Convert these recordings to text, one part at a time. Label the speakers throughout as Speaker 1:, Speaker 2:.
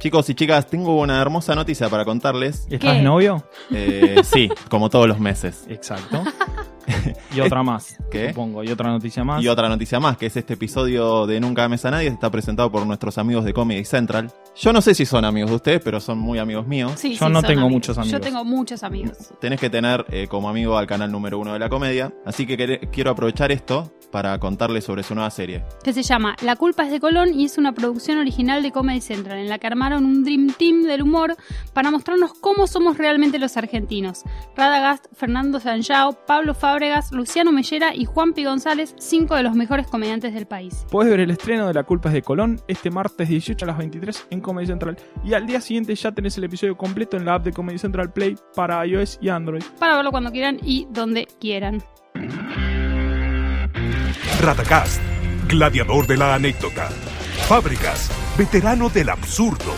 Speaker 1: Chicos y chicas, tengo una hermosa noticia para contarles.
Speaker 2: ¿Estás
Speaker 3: ¿Qué?
Speaker 2: novio?
Speaker 1: Eh, sí, como todos los meses.
Speaker 2: Exacto. Y otra más,
Speaker 1: ¿Qué?
Speaker 2: supongo. Y otra noticia más.
Speaker 1: Y otra noticia más, que es este episodio de Nunca Ames a Nadie, está presentado por nuestros amigos de Comedy Central. Yo no sé si son amigos de ustedes, pero son muy amigos míos.
Speaker 3: Sí,
Speaker 2: Yo
Speaker 3: sí,
Speaker 2: no
Speaker 3: son
Speaker 2: tengo muchos amigos.
Speaker 3: Yo tengo muchos amigos.
Speaker 1: Tenés que tener eh, como amigo al canal número uno de la comedia. Así que quere- quiero aprovechar esto para contarles sobre su nueva serie.
Speaker 3: Que se llama La culpa es de Colón y es una producción original de Comedy Central, en la que armaron un Dream Team del humor para mostrarnos cómo somos realmente los argentinos. Radagast, Fernando Sanjao, Pablo Fábregas, Luciano Mellera y Juan P. González, cinco de los mejores comediantes del país.
Speaker 2: Podés ver el estreno de La culpa es de Colón este martes 18 a las 23 en Comedy Central. Y al día siguiente ya tenés el episodio completo en la app de Comedy Central Play para iOS y Android.
Speaker 3: Para verlo cuando quieran y donde quieran.
Speaker 4: Radagast, gladiador de la anécdota. Fábricas, veterano del absurdo.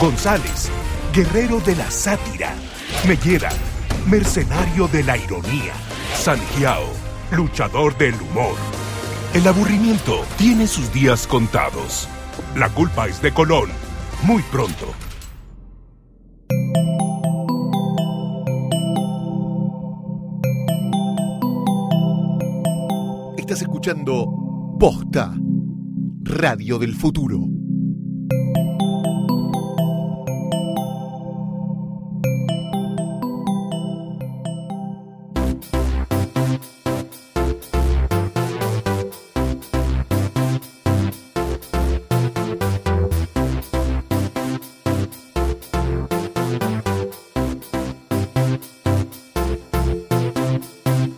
Speaker 4: González, guerrero de la sátira. Mellera, mercenario de la ironía. Sangiao, luchador del humor. El aburrimiento tiene sus días contados. La culpa es de Colón. Muy pronto.
Speaker 5: Estás escuchando Posta, Radio del Futuro.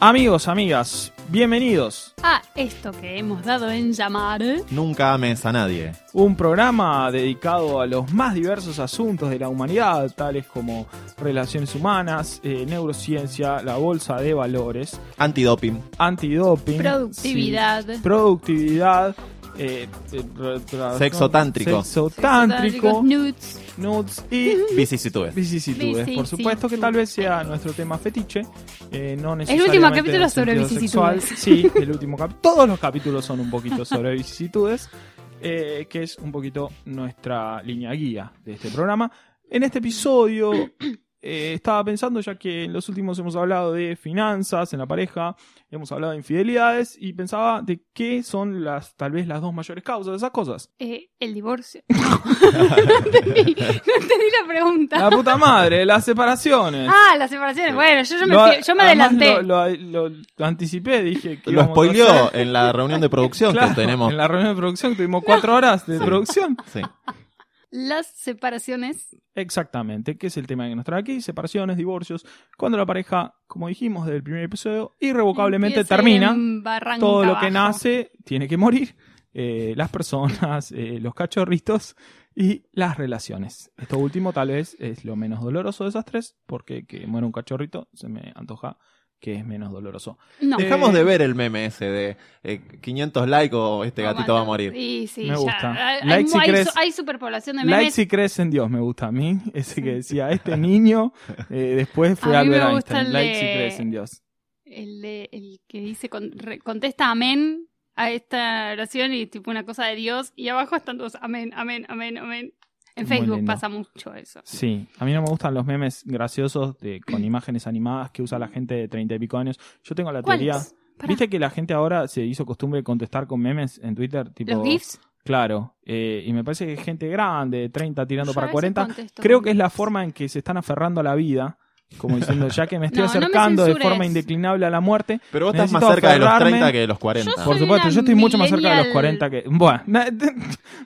Speaker 2: Amigos, amigas, bienvenidos.
Speaker 3: Ah, esto que hemos dado en llamar.
Speaker 1: Nunca ames a nadie.
Speaker 2: Un programa dedicado a los más diversos asuntos de la humanidad, tales como relaciones humanas, eh, neurociencia, la bolsa de valores,
Speaker 1: Antidoping.
Speaker 2: antidoping,
Speaker 3: Productividad.
Speaker 2: sí, productividad, eh, eh, tra- tra-
Speaker 1: Sexo tántrico.
Speaker 2: sexo
Speaker 3: Tántricos,
Speaker 2: tántrico,
Speaker 3: Nudes.
Speaker 2: nudes y
Speaker 1: Vicisitudes.
Speaker 2: Pues, vicisitudes. Por
Speaker 3: Vicisitudes.
Speaker 2: supuesto que tal vez sea nuestro tema fetiche, eh, no
Speaker 3: último
Speaker 2: necesariamente
Speaker 3: capítulo
Speaker 2: en el
Speaker 3: sobre
Speaker 2: sentido
Speaker 3: vicisitudes.
Speaker 2: sexual. Sí, el último capítulo. Todos los capítulos son un poquito sobre vicisitudes, eh, que es un poquito nuestra línea guía de este programa. En este episodio eh, estaba pensando, ya que en los últimos hemos hablado de finanzas en la pareja, hemos hablado de infidelidades y pensaba de qué son las tal vez las dos mayores causas de esas cosas.
Speaker 3: Eh, el divorcio. No, no entendí, no entendí la pregunta.
Speaker 2: La puta madre, las separaciones.
Speaker 3: Ah, las separaciones. Bueno, yo, yo me,
Speaker 2: Lo-
Speaker 3: fui- yo me
Speaker 2: además Lo,
Speaker 3: adelanté.
Speaker 2: lo- lo- lo anticipé, dije que
Speaker 1: Lo
Speaker 2: íbamos a
Speaker 1: spoileó
Speaker 2: hacer.
Speaker 1: en la reunión de producción
Speaker 2: Claro,
Speaker 1: que tenemos.
Speaker 2: En la reunión de producción que tuvimos cuatro horas de
Speaker 1: Sí.
Speaker 2: producción.
Speaker 1: Sí.
Speaker 3: Las separaciones.
Speaker 2: Exactamente, que es el tema que nos trae aquí: separaciones, divorcios. Cuando la pareja, como dijimos desde el primer episodio, irrevocablemente
Speaker 3: empiezan
Speaker 2: termina.
Speaker 3: en barranca
Speaker 2: Todo lo que
Speaker 3: abajo.
Speaker 2: nace tiene que morir. Eh, las personas, eh, los cachorritos y las relaciones. Esto último tal vez es lo menos doloroso de esas tres, porque que muera un cachorrito se me antoja que es menos doloroso.
Speaker 3: No.
Speaker 2: Eh,
Speaker 1: Dejamos de ver el meme ese de eh, 500 likes o este
Speaker 3: No,
Speaker 1: gatito va a
Speaker 3: aguanta.
Speaker 1: morir.
Speaker 3: Sí, sí,
Speaker 2: Me
Speaker 3: ya.
Speaker 2: gusta.
Speaker 3: Hay, hay
Speaker 2: Like si
Speaker 3: mu- hay
Speaker 2: crees.
Speaker 3: su- hay superpoblación de memes.
Speaker 2: Like si crees en Dios, me gusta a mí. Ese que decía, este niño eh, después fue
Speaker 3: A mí me
Speaker 2: Albert
Speaker 3: gusta
Speaker 2: Einstein.
Speaker 3: el
Speaker 2: Like si
Speaker 3: de-
Speaker 2: crees en Dios.
Speaker 3: El, de- el que dice, con- re- contesta amén a esta oración y tipo una cosa de Dios. Y abajo están todos amén, amén, amén, amén.
Speaker 2: Muy
Speaker 3: En Facebook
Speaker 2: lindo.
Speaker 3: pasa mucho eso.
Speaker 2: Sí, a mí no me gustan los memes graciosos de, con
Speaker 3: Mm.
Speaker 2: imágenes animadas que usa la gente de treinta y pico años. Yo tengo la teoría.
Speaker 3: ¿Cuáles? Pará.
Speaker 2: ¿Viste que la gente ahora se hizo costumbre de contestar con memes en Twitter? Tipo,
Speaker 3: ¿Los GIFs?
Speaker 2: Claro. eh, y me parece que es gente grande, de 30 tirando
Speaker 3: Yo a
Speaker 2: para
Speaker 3: veces
Speaker 2: 40.
Speaker 3: contesto
Speaker 2: Creo
Speaker 3: con
Speaker 2: que es la
Speaker 3: GIFs.
Speaker 2: forma en que se están aferrando a la vida. Como diciendo, ya que me estoy
Speaker 3: No, no me
Speaker 2: acercando de
Speaker 3: censures.
Speaker 2: forma indeclinable a la muerte.
Speaker 1: Pero vos estás más
Speaker 2: necesito
Speaker 1: cerca de los
Speaker 2: aferrarme-
Speaker 1: 30 que de los 40.
Speaker 3: Yo
Speaker 2: Por
Speaker 3: soy
Speaker 2: supuesto,
Speaker 3: una
Speaker 2: yo estoy mucho más cerca de los
Speaker 3: millennial.
Speaker 2: 40 que. Bueno, na-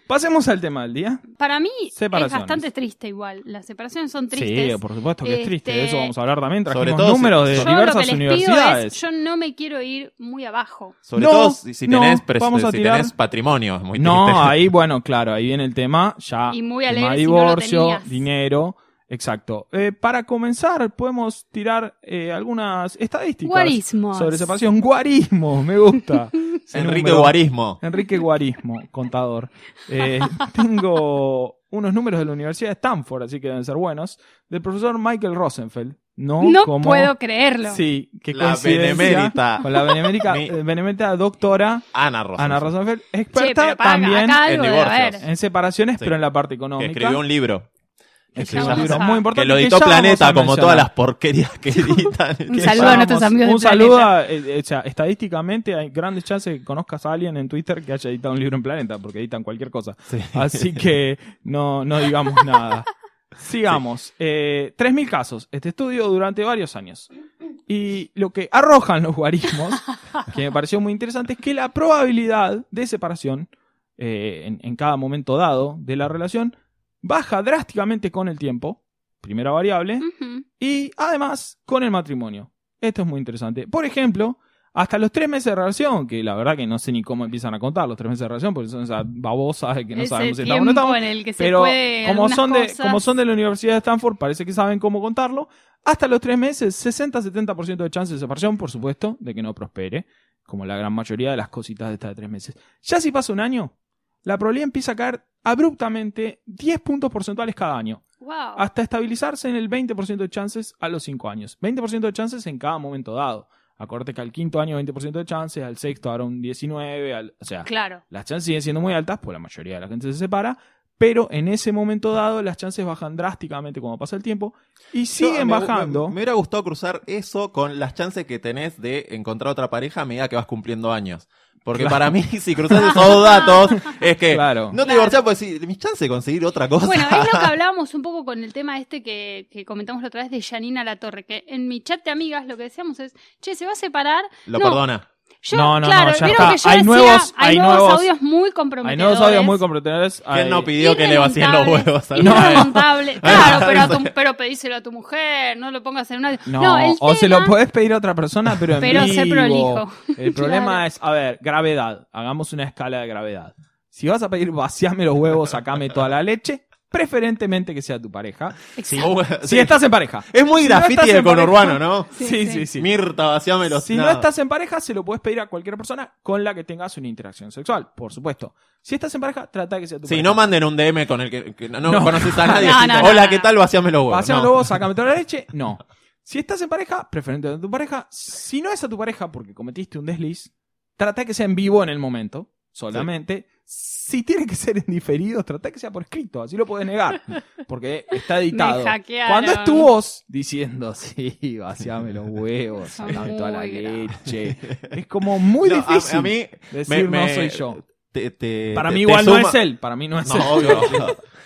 Speaker 2: pasemos al tema del día.
Speaker 3: Para mí es
Speaker 2: Separaciones.
Speaker 3: bastante triste igual. Las separaciones son tristes.
Speaker 2: Sí, por supuesto que es triste. De eso
Speaker 3: Este,
Speaker 2: vamos a hablar también. Trajimos
Speaker 1: sobre todo si-
Speaker 2: números de
Speaker 1: Yo
Speaker 3: yo lo
Speaker 2: diversas
Speaker 3: que les
Speaker 2: universidades.
Speaker 3: pido es, yo no me quiero ir muy abajo.
Speaker 1: Sobre
Speaker 2: No,
Speaker 1: todo si si
Speaker 2: no,
Speaker 1: tenés, pres-
Speaker 2: vamos a
Speaker 1: si
Speaker 2: tirar-
Speaker 1: tenés patrimonio, es muy
Speaker 2: no,
Speaker 1: triste.
Speaker 2: ahí, bueno, claro, ahí viene el tema. Ya.
Speaker 3: Y muy
Speaker 2: tema
Speaker 3: alegre
Speaker 2: de
Speaker 3: si no lo
Speaker 2: divorcio,
Speaker 3: tenías.
Speaker 2: dinero. Exacto. Eh, para comenzar, podemos tirar eh, algunas estadísticas
Speaker 3: Guarismos.
Speaker 2: sobre separación. Guarismo, me gusta. Ese
Speaker 1: Enrique
Speaker 2: número.
Speaker 1: Guarismo.
Speaker 2: Enrique Guarismo, contador. Eh, tengo unos números de la Universidad de Stanford, así que deben ser buenos, del profesor Michael Rosenfeld. No,
Speaker 3: No
Speaker 2: como-
Speaker 3: puedo creerlo.
Speaker 2: Sí, que
Speaker 1: La benemérita.
Speaker 2: Con la benemérita,
Speaker 1: Mi-
Speaker 2: eh, benemérita doctora
Speaker 1: Ana Rosa.
Speaker 2: Ana Rosenfeld,
Speaker 3: Che,
Speaker 2: experta
Speaker 3: pero para,
Speaker 2: también ¿eh?
Speaker 3: acá algo
Speaker 1: en
Speaker 3: debe haber.
Speaker 1: divorcios.
Speaker 2: en separaciones,
Speaker 1: Sí.
Speaker 2: pero en la parte
Speaker 1: que
Speaker 2: económica.
Speaker 1: escribió un libro.
Speaker 2: Que
Speaker 3: escribió
Speaker 2: es un
Speaker 3: un
Speaker 2: libro
Speaker 3: libro.
Speaker 2: muy importante.
Speaker 1: Que lo editó
Speaker 2: ya vamos a
Speaker 1: Planeta, como
Speaker 2: mencionar.
Speaker 1: todas las porquerías que editan.
Speaker 3: Un saludo a nuestros
Speaker 2: Vamos,
Speaker 3: amigos
Speaker 2: Un
Speaker 3: de
Speaker 2: saludo, a- eh, eh, o sea, estadísticamente hay grandes chances de que conozcas a alguien en Twitter que haya editado un libro en Planeta, porque editan cualquier cosa.
Speaker 1: Sí.
Speaker 2: Así que no, no digamos nada. Sigamos. Eh, 3.000 casos. Este estudio durante varios años. Y lo que arrojan los guarismos, que me pareció muy interesante, es que la probabilidad de separación eh, en, en cada momento dado de la relación baja drásticamente con el tiempo. Primera variable.
Speaker 3: Ujú.
Speaker 2: Y además con el matrimonio. Esto es muy interesante. Por ejemplo, hasta los tres meses de relación, que la verdad que no sé ni cómo empiezan a contar los tres meses de relación, porque son esas babosas de que no
Speaker 3: Ese
Speaker 2: sabemos si estamos o
Speaker 3: tiempo
Speaker 2: no estamos.
Speaker 3: en el que se
Speaker 2: Pero
Speaker 3: puede
Speaker 2: como
Speaker 3: algunas
Speaker 2: son, de,
Speaker 3: cosas.
Speaker 2: como son de la Universidad de Stanford, parece que saben cómo contarlo. Hasta los tres meses, 60-70% de chance de separación, por supuesto, de que no prospere, como la gran mayoría de las cositas de estas de tres meses. Ya si pasa un año, la probabilidad empieza a caer abruptamente 10 puntos porcentuales cada año
Speaker 3: Wow.
Speaker 2: hasta estabilizarse en el 20% de chances a los 5 años. 20% de chances en cada momento dado. Acordate que al quinto año 20% de chances, al sexto ahora un 19, al- o sea,
Speaker 3: Claro.
Speaker 2: las chances siguen siendo muy altas, pues la mayoría de la gente se separa, pero en ese momento dado las chances bajan drásticamente cuando pasa el tiempo y
Speaker 1: Yo,
Speaker 2: siguen
Speaker 1: me- Me,
Speaker 2: bajando.
Speaker 1: me hubiera gustado cruzar eso con las chances que tenés de encontrar otra pareja a medida que vas cumpliendo años. Porque
Speaker 2: Claro.
Speaker 1: para mí, si cruzas esos dos datos, es que
Speaker 2: Claro.
Speaker 1: no te divorciás porque si mis chances de conseguir otra cosa.
Speaker 3: Bueno, es lo que hablábamos un poco con el tema este que, que comentamos la otra vez de Janina La Torre, que en mi chat de amigas lo que decíamos es, che, se va a separar.
Speaker 1: Lo
Speaker 3: no,
Speaker 1: perdona.
Speaker 3: Yo,
Speaker 2: No, no,
Speaker 3: claro,
Speaker 2: no, ya
Speaker 3: vieron
Speaker 2: está.
Speaker 3: que yo
Speaker 2: Hay
Speaker 3: decía,
Speaker 2: nuevos-
Speaker 3: hay,
Speaker 2: hay
Speaker 3: nuevos,
Speaker 2: nuevos-
Speaker 3: audios muy
Speaker 2: Hay
Speaker 3: comprometedores.
Speaker 2: nuevos audios muy comprometedores.
Speaker 1: ¿Quién
Speaker 2: hay-
Speaker 1: no pidió que le vacíen los
Speaker 3: Irremontables,
Speaker 1: huevos? al-
Speaker 3: irremontables. Claro, pero, a tu- pero pedíselo a tu mujer, no lo pongas en un audio.
Speaker 2: No,
Speaker 3: el
Speaker 2: o se lo
Speaker 3: tema-
Speaker 2: podés pedir a otra persona, pero en
Speaker 3: Pero sé
Speaker 2: vivo.
Speaker 3: prolijo.
Speaker 2: El problema
Speaker 3: Claro.
Speaker 2: es, a ver, gravedad. Hagamos una escala de gravedad. Si vas a pedir vaciame los huevos, sacame toda la leche, preferentemente que sea tu pareja.
Speaker 1: O-
Speaker 2: Si estás en pareja.
Speaker 1: Es muy
Speaker 2: Si no
Speaker 1: graffiti
Speaker 2: estás
Speaker 1: de
Speaker 2: en pareja-
Speaker 1: conurbano, ¿no?
Speaker 2: Sí, sí, sí.
Speaker 1: Mirta, vaciame los
Speaker 2: Si no estás en pareja, se lo puedes pedir a cualquier persona con la que tengas una interacción sexual, por supuesto. Si estás en pareja, trata de que sea tu
Speaker 1: Si
Speaker 2: pareja.
Speaker 1: no manden un DM con el que, que no, no
Speaker 2: No.
Speaker 1: conoces a nadie.
Speaker 3: No, no, no,
Speaker 1: Hola,
Speaker 3: no.
Speaker 1: ¿qué tal? Vaciame los huevos.
Speaker 2: Vaciame
Speaker 1: No.
Speaker 2: los huevos, sacame toda la leche. No. Si estás en pareja, preferente a tu pareja. Si no es a tu pareja porque cometiste un desliz, trata que sea en vivo en el momento, solamente. Si tiene que ser en diferido, trata que sea por escrito, así lo puedes negar, porque está editado.
Speaker 3: Me hackearon.
Speaker 2: Cuando es tu voz diciendo, sí, vaciame los huevos,
Speaker 3: Son
Speaker 2: sacame toda la
Speaker 3: muy graves.
Speaker 2: leche, es como muy
Speaker 1: No, a-
Speaker 2: difícil
Speaker 1: A, mí,
Speaker 2: decir
Speaker 1: me-
Speaker 2: no soy yo.
Speaker 1: te- te-
Speaker 2: Para
Speaker 1: te-
Speaker 2: mí
Speaker 1: te
Speaker 2: igual no
Speaker 1: suma-
Speaker 2: es él, para mí no es
Speaker 1: No,
Speaker 2: él.
Speaker 1: obvio.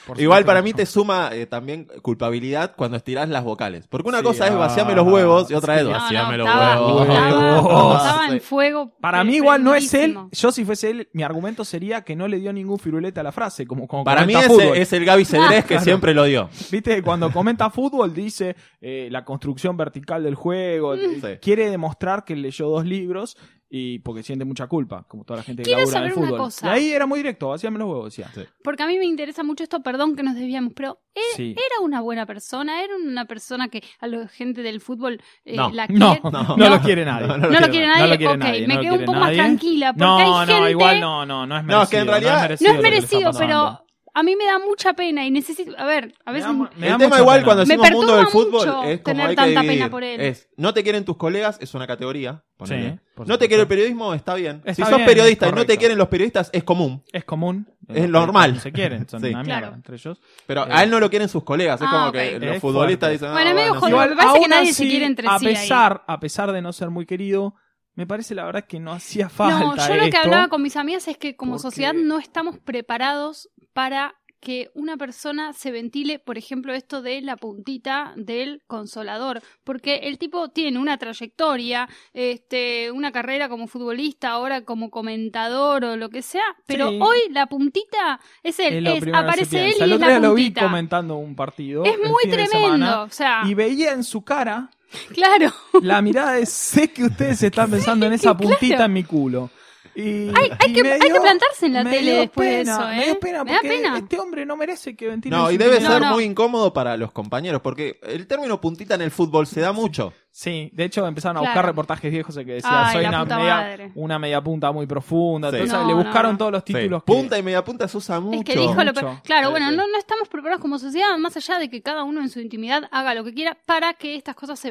Speaker 2: Por
Speaker 1: Igual
Speaker 2: supuesto
Speaker 1: para
Speaker 2: que
Speaker 1: mí
Speaker 2: no.
Speaker 1: te suma eh, también culpabilidad cuando estirás las vocales. Porque una
Speaker 2: Sí,
Speaker 1: cosa es
Speaker 2: ah,
Speaker 1: vaciame los huevos y otra es
Speaker 3: No, no,
Speaker 1: vaciame los
Speaker 3: estaba-
Speaker 1: huevos.
Speaker 3: Estaba,
Speaker 2: Huevos.
Speaker 3: estaba en fuego.
Speaker 2: Para
Speaker 3: pero
Speaker 2: mí igual no es él.
Speaker 3: prendidísimo.
Speaker 2: Yo si fuese él, mi argumento sería que no le dio ningún firulete a la frase, como cuando
Speaker 1: Para mí
Speaker 2: comenta
Speaker 1: es,
Speaker 2: fútbol.
Speaker 1: es el Gaby
Speaker 3: Ah.
Speaker 1: Cedrés que siempre lo dio.
Speaker 2: Viste, cuando comenta fútbol dice eh, la construcción vertical del
Speaker 3: Mm.
Speaker 2: juego, eh,
Speaker 1: Sí.
Speaker 2: quiere demostrar que leyó dos libros y porque siente mucha culpa, como toda la gente que
Speaker 3: Quiero
Speaker 2: labura en el
Speaker 3: saber una
Speaker 2: fútbol.
Speaker 3: cosa.
Speaker 2: Y ahí era muy directo, vacíame los huevos, decía.
Speaker 1: Sí.
Speaker 3: Porque a mí me interesa mucho esto, perdón que nos desviamos, pero él
Speaker 2: Sí.
Speaker 3: era una buena persona, era una persona que a la gente del fútbol eh,
Speaker 1: No,
Speaker 3: la
Speaker 2: No,
Speaker 3: quiere-
Speaker 2: no,
Speaker 1: No,
Speaker 2: lo quiere nadie.
Speaker 1: No, no
Speaker 3: No
Speaker 1: lo
Speaker 3: lo
Speaker 1: quiere
Speaker 3: quiere
Speaker 2: nadie.
Speaker 3: nadie.
Speaker 2: No lo quiere
Speaker 3: ok,
Speaker 2: nadie,
Speaker 3: me
Speaker 2: no lo
Speaker 3: quedé un
Speaker 2: quiere
Speaker 3: poco
Speaker 2: nadie.
Speaker 3: más tranquila. Porque
Speaker 2: No,
Speaker 3: hay
Speaker 2: no,
Speaker 3: gente...
Speaker 2: igual no, no, no es merecido.
Speaker 1: No, es que en realidad-
Speaker 3: No
Speaker 2: lo
Speaker 3: es
Speaker 2: que le está
Speaker 3: merecido,
Speaker 2: pasando.
Speaker 3: pero a mí me da mucha pena y necesito. A ver, a
Speaker 2: Me da
Speaker 3: veces.
Speaker 2: mu- me da
Speaker 1: el tema
Speaker 2: mucha
Speaker 1: igual
Speaker 2: pena.
Speaker 1: cuando
Speaker 3: Me
Speaker 1: decimos mundo del
Speaker 3: perturba
Speaker 1: fútbol
Speaker 3: mucho
Speaker 1: es como
Speaker 3: tener
Speaker 1: hay que
Speaker 3: tanta pena
Speaker 1: dividir.
Speaker 3: por él.
Speaker 1: Es, no te quieren tus colegas es una categoría. ponele.
Speaker 2: Sí,
Speaker 1: no
Speaker 2: por
Speaker 1: te
Speaker 2: supuesto.
Speaker 1: quiere el periodismo está bien.
Speaker 2: Está
Speaker 1: si sos
Speaker 2: bien,
Speaker 1: periodista y no
Speaker 2: correcto.
Speaker 1: te quieren los periodistas es común.
Speaker 2: Es común.
Speaker 1: Es normal.
Speaker 2: No se quieren, son
Speaker 1: Sí.
Speaker 2: una mierda
Speaker 3: Claro.
Speaker 2: entre ellos.
Speaker 1: Pero
Speaker 2: Eh.
Speaker 1: a él no lo quieren sus colegas. Es
Speaker 3: Ah,
Speaker 1: como
Speaker 3: ok.
Speaker 1: que los
Speaker 2: Es
Speaker 1: futbolistas
Speaker 2: fuerte.
Speaker 1: dicen.
Speaker 3: Bueno,
Speaker 1: "Ah,
Speaker 3: es medio
Speaker 1: bueno, sí".
Speaker 3: jodido, me parece que
Speaker 2: aún
Speaker 3: nadie se quiere entre
Speaker 2: a
Speaker 3: sí ahí.
Speaker 2: pesar, a pesar de no ser muy querido, me parece la verdad que no hacía falta
Speaker 3: No, yo lo que
Speaker 2: esto.
Speaker 3: hablaba con mis amigas es que como
Speaker 2: porque-
Speaker 3: sociedad no estamos preparados para que una persona se ventile, por ejemplo, esto de la puntita del consolador, porque el tipo tiene una trayectoria, este, una carrera como futbolista, ahora como comentador o lo que sea, pero
Speaker 2: Sí.
Speaker 3: hoy la puntita es él,
Speaker 2: lo
Speaker 3: es-
Speaker 2: primero que se
Speaker 3: aparece él
Speaker 2: piensa.
Speaker 3: y
Speaker 2: El
Speaker 3: es
Speaker 2: otro día
Speaker 3: la
Speaker 2: lo vi
Speaker 3: puntita.
Speaker 2: comentando un partido.
Speaker 3: es
Speaker 2: el
Speaker 3: muy
Speaker 2: fin de semana,
Speaker 3: tremendo, o sea,
Speaker 2: Y veía en su cara
Speaker 3: claro.
Speaker 2: la mirada de sé que ustedes están pensando en esa puntita en mi culo. Y,
Speaker 3: hay que- hay que plantarse en la tele después de eso, ¿eh?
Speaker 2: Me dio pena
Speaker 3: Me da
Speaker 2: porque
Speaker 3: pena.
Speaker 2: este hombre no merece que ventilen
Speaker 1: No,
Speaker 2: su
Speaker 1: y debe
Speaker 2: intimidad.
Speaker 1: ser
Speaker 3: No, no.
Speaker 1: muy incómodo para los compañeros, porque el término puntita en el fútbol se da mucho.
Speaker 2: Sí, de hecho empezaron a
Speaker 3: Claro.
Speaker 2: buscar reportajes viejos en que decía
Speaker 3: Ay,
Speaker 2: soy
Speaker 3: la
Speaker 2: una
Speaker 3: puta
Speaker 2: media,
Speaker 3: madre.
Speaker 2: una media punta muy profunda.
Speaker 1: Sí.
Speaker 2: Entonces
Speaker 3: No,
Speaker 2: le
Speaker 3: no,
Speaker 2: buscaron
Speaker 3: no.
Speaker 2: todos los títulos.
Speaker 1: Sí.
Speaker 2: que-
Speaker 1: Punta y media punta se usa mucho.
Speaker 3: Es que dijo lo
Speaker 2: Mucho.
Speaker 3: peor. Claro,
Speaker 1: Sí,
Speaker 3: bueno,
Speaker 1: sí.
Speaker 3: no, no estamos preparados como sociedad, más allá de que cada uno en su intimidad haga lo que quiera para que estas cosas se